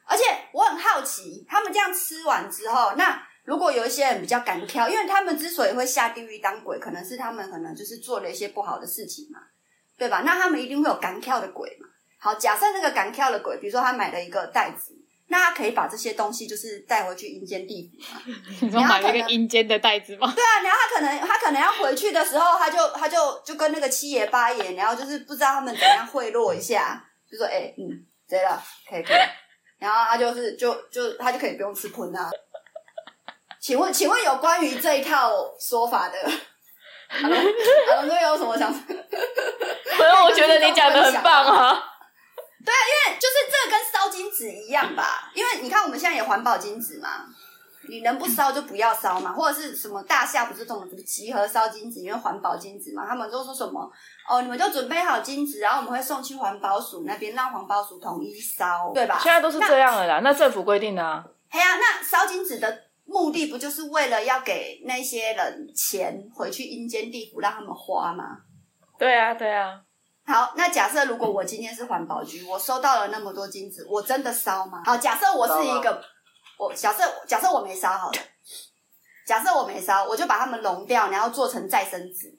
S2: 而且我很好奇，他们这样吃完之后，那如果有一些人比较敢挑，因为他们之所以会下地狱当鬼，可能是他们可能就是做了一些不好的事情嘛，对吧？那他们一定会有敢挑的鬼嘛。好，假设那个敢挑的鬼，比如说他买了一个袋子，那他可以把这些东西就是带回去阴间地府嘛？
S3: 你说
S2: 然后
S3: 买了
S2: 可
S3: 一个
S2: 能
S3: 阴间的袋子吗？
S2: 对啊，然后他可能他可能要回去的时候，他就他就就跟那个七爷八爷，然后就是不知道他们怎样贿赂一下，就说哎、嗯谁了，可以可以，然后他就是就就他就可以不用吃荤啊。请问请问有关于这一套说法的，阿龙阿龙哥有什么想？
S1: 可是我觉得你讲的很棒啊。
S2: 就是这个跟烧金纸一样吧，因为你看我们现在也环保金纸嘛，你能不烧就不要烧嘛，或者是什么大夏不是这种集合烧金纸，因为环保金纸嘛，他们就说什么哦，你们就准备好金纸，然后我们会送去环保署那边，让环保署统一烧，对吧？
S1: 现在都是这样了啦，那政府规定的啊。
S2: 哎呀，那烧金纸的目的不就是为了要给那些人钱回去阴间地府让他们花吗？
S1: 对啊，对啊。
S2: 好，那假设如果我今天是环保局，我收到了那么多金子，我真的烧吗？好，假设我是一个，我假设假设我没烧好了，假设我没烧，我就把它们融掉，然后做成再生纸。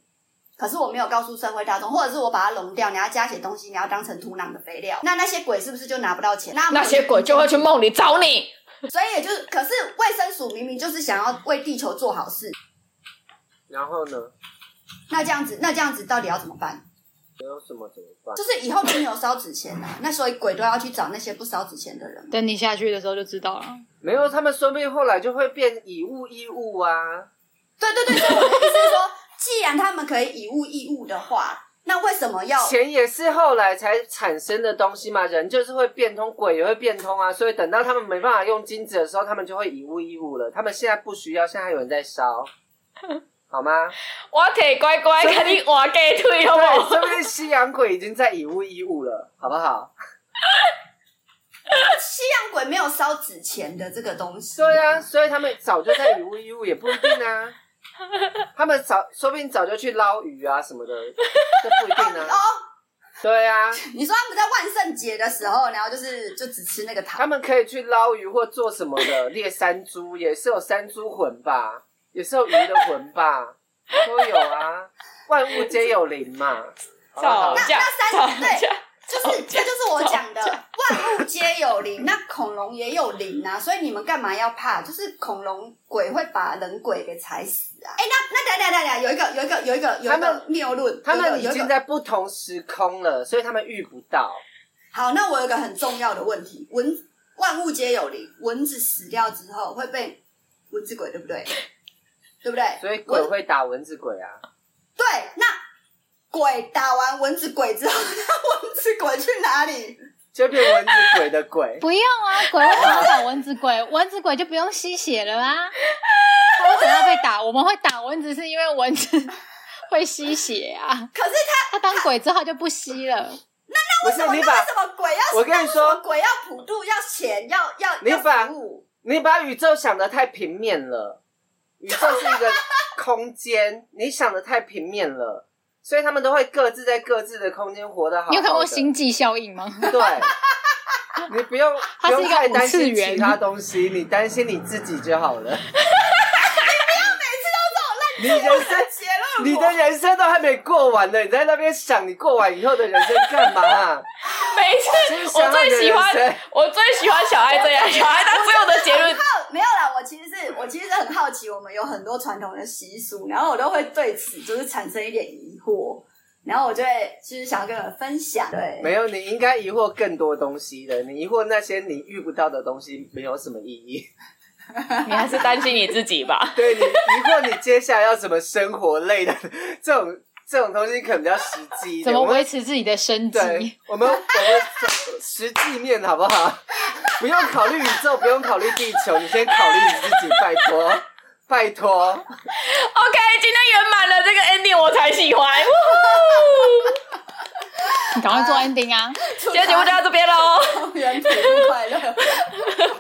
S2: 可是我没有告诉社会大众，或者是我把它融掉，你要加些东西，你要当成土壤的肥料，那那些鬼是不是就拿不到钱？那
S1: 那些鬼就会去梦里找你。
S2: 所以也就是，可是卫生署明明就是想要为地球做好事，
S4: 然后呢，
S2: 那这样子，那这样子到底要怎么办？
S4: 没有什么怎么办？
S2: 就是以后就没有烧纸钱了、那所以鬼都要去找那些不烧纸钱的人。
S3: 等你下去的时候就知道了。
S4: 没有，他们说不定后来就会变以物易物啊。
S2: 对对对，所以我的意思是说，既然他们可以以物易物的话，那为什么要？
S4: 钱也是后来才产生的东西嘛，人就是会变通，鬼也会变通啊。所以等到他们没办法用金子的时候，他们就会以物易物了。他们现在不需要，现在还有人在 烧，好吗？
S1: 我腿乖乖，
S4: 所以
S1: 看你换鸡腿好
S4: 对，
S1: 不 好？
S4: 说不定西洋鬼已经在以物易物了，好不好？
S2: 西洋鬼没有烧纸钱的这个东西。
S4: 对啊，所以他们早就在以物易物，也不一定 啊。他们早，说不定早就去捞鱼啊什么的，这不一定
S2: 哦
S4: 啊。，对啊，
S2: 你说他们在万圣节的时候，然后就是就只吃那个
S4: 他
S2: 糖，
S4: 们可以去捞鱼或做什么的，猎山猪也是有山猪魂吧，也是有鱼的 魂吧，都有啊，万物皆有灵嘛。好不好
S1: 吵架，
S2: 那
S1: 吵
S2: 三
S1: 架。
S4: 哦
S2: 就是这就是我讲的，万物皆有灵，那恐龙也有灵啊，所以你们干嘛要怕？就是恐龙鬼会把人鬼给踩死啊！哎，那那等一下等一下等一下，有一个有一个有一个有
S4: 他
S2: 一
S4: 们
S2: 个谬论，
S4: 他
S2: 有
S4: 们
S2: 一个
S4: 已
S2: 有一
S4: 经
S2: 个
S4: 在不同时空了，所以他们遇不到。
S2: 好，那我有一个很重要的问题：蚊万物皆有灵，蚊子死掉之后会被蚊子鬼，对 不对？对不对？
S4: 所以鬼
S2: 蚊
S4: 会打蚊子鬼啊，
S2: 对那鬼打完蚊子鬼之后，那蚊子鬼去哪里？
S4: 就变蚊子鬼的鬼。
S3: 不用啊，鬼为什么要打蚊子鬼？ 蚊子鬼就不用吸血了啊。他为什么要被打？我 们会打蚊子是因为蚊子会吸血啊。
S2: 可是他
S3: 他当鬼之后他就不吸了。
S4: 不
S2: 为什
S4: 是
S2: 么？
S4: 你
S2: 那
S4: 把
S2: 为什么鬼要？
S4: 我跟你
S2: 那为什么
S4: 说
S2: 鬼要普渡，要钱，要要
S4: 你
S2: 要
S4: 把
S2: 服务。
S4: 你把宇宙想的太平面了，宇宙是一个 空间，你想的太平面了，所以他们都会各自在各自的空间活得好好的。
S3: 你有看过《星际效应》吗？
S4: 对，你不用
S3: 它
S4: 不
S3: 是
S4: 用
S3: 一个
S4: 太担
S3: 五次
S4: 心其
S3: 元
S4: 他东西，你担心你自己就好 了。你人生，
S2: 结论
S4: 你的人生都还没过完呢，你在那边想你过完以后的人生干嘛、
S1: 每 次我最喜
S4: 想要你的人
S1: 欢
S4: 生，
S1: 我最喜欢小爱这 样，小爱她最后的 结论
S2: 好 没有啦，我其实是我其实是很好奇，我们有很多传统的习俗，然后我都会对此就是产生一点疑惑，然后我就会就是想要跟你们分享。对，
S4: 没有，你应该疑惑更多东西的，你疑惑那些你遇不到的东西没有什么意义。
S1: 你还是担心你自己吧。
S4: 对你疑惑你接下来要怎么生活类的这种这种东西，可能比较实际一点。
S3: 怎么
S4: 我们
S3: 维持自己的生计？
S4: 对，我们我们实际面好不好？不用考虑宇宙，不用考虑地球，你先考虑你自己，拜托。拜托，
S1: OK，今天圆满了这个 ending，我才喜 欢。
S3: 你 赶快做 ending 啊！
S1: 今天节目就到这边 喽，
S2: 原体不快乐。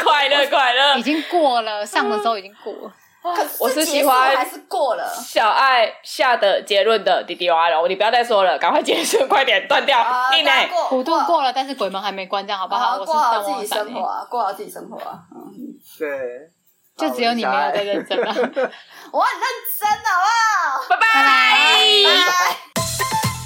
S1: 快乐快乐
S3: 已。经过了，上的时候已经过了。
S2: 可是
S1: 我是喜
S2: 结束
S1: 欢
S2: 还是过了
S1: 小爱下的结论的 D D Y 了，你不要再说了，赶快结束，快点断掉
S2: 啊？，
S1: 硬
S2: 大
S1: 哎
S2: 家。过
S3: 普渡过了，但是鬼门还没关，这样好不
S2: 好
S3: 好？
S2: 好
S3: 我是
S2: 过好
S3: 蛋
S2: 自
S3: 王
S2: 己
S3: 闪
S2: 生活
S3: 欸，
S2: 啊，过好自己生活啊。嗯，
S4: 对，
S3: 就只有你没有在啊认真了。
S2: 我很认真，好不好？
S1: 拜拜。
S2: 啊拜。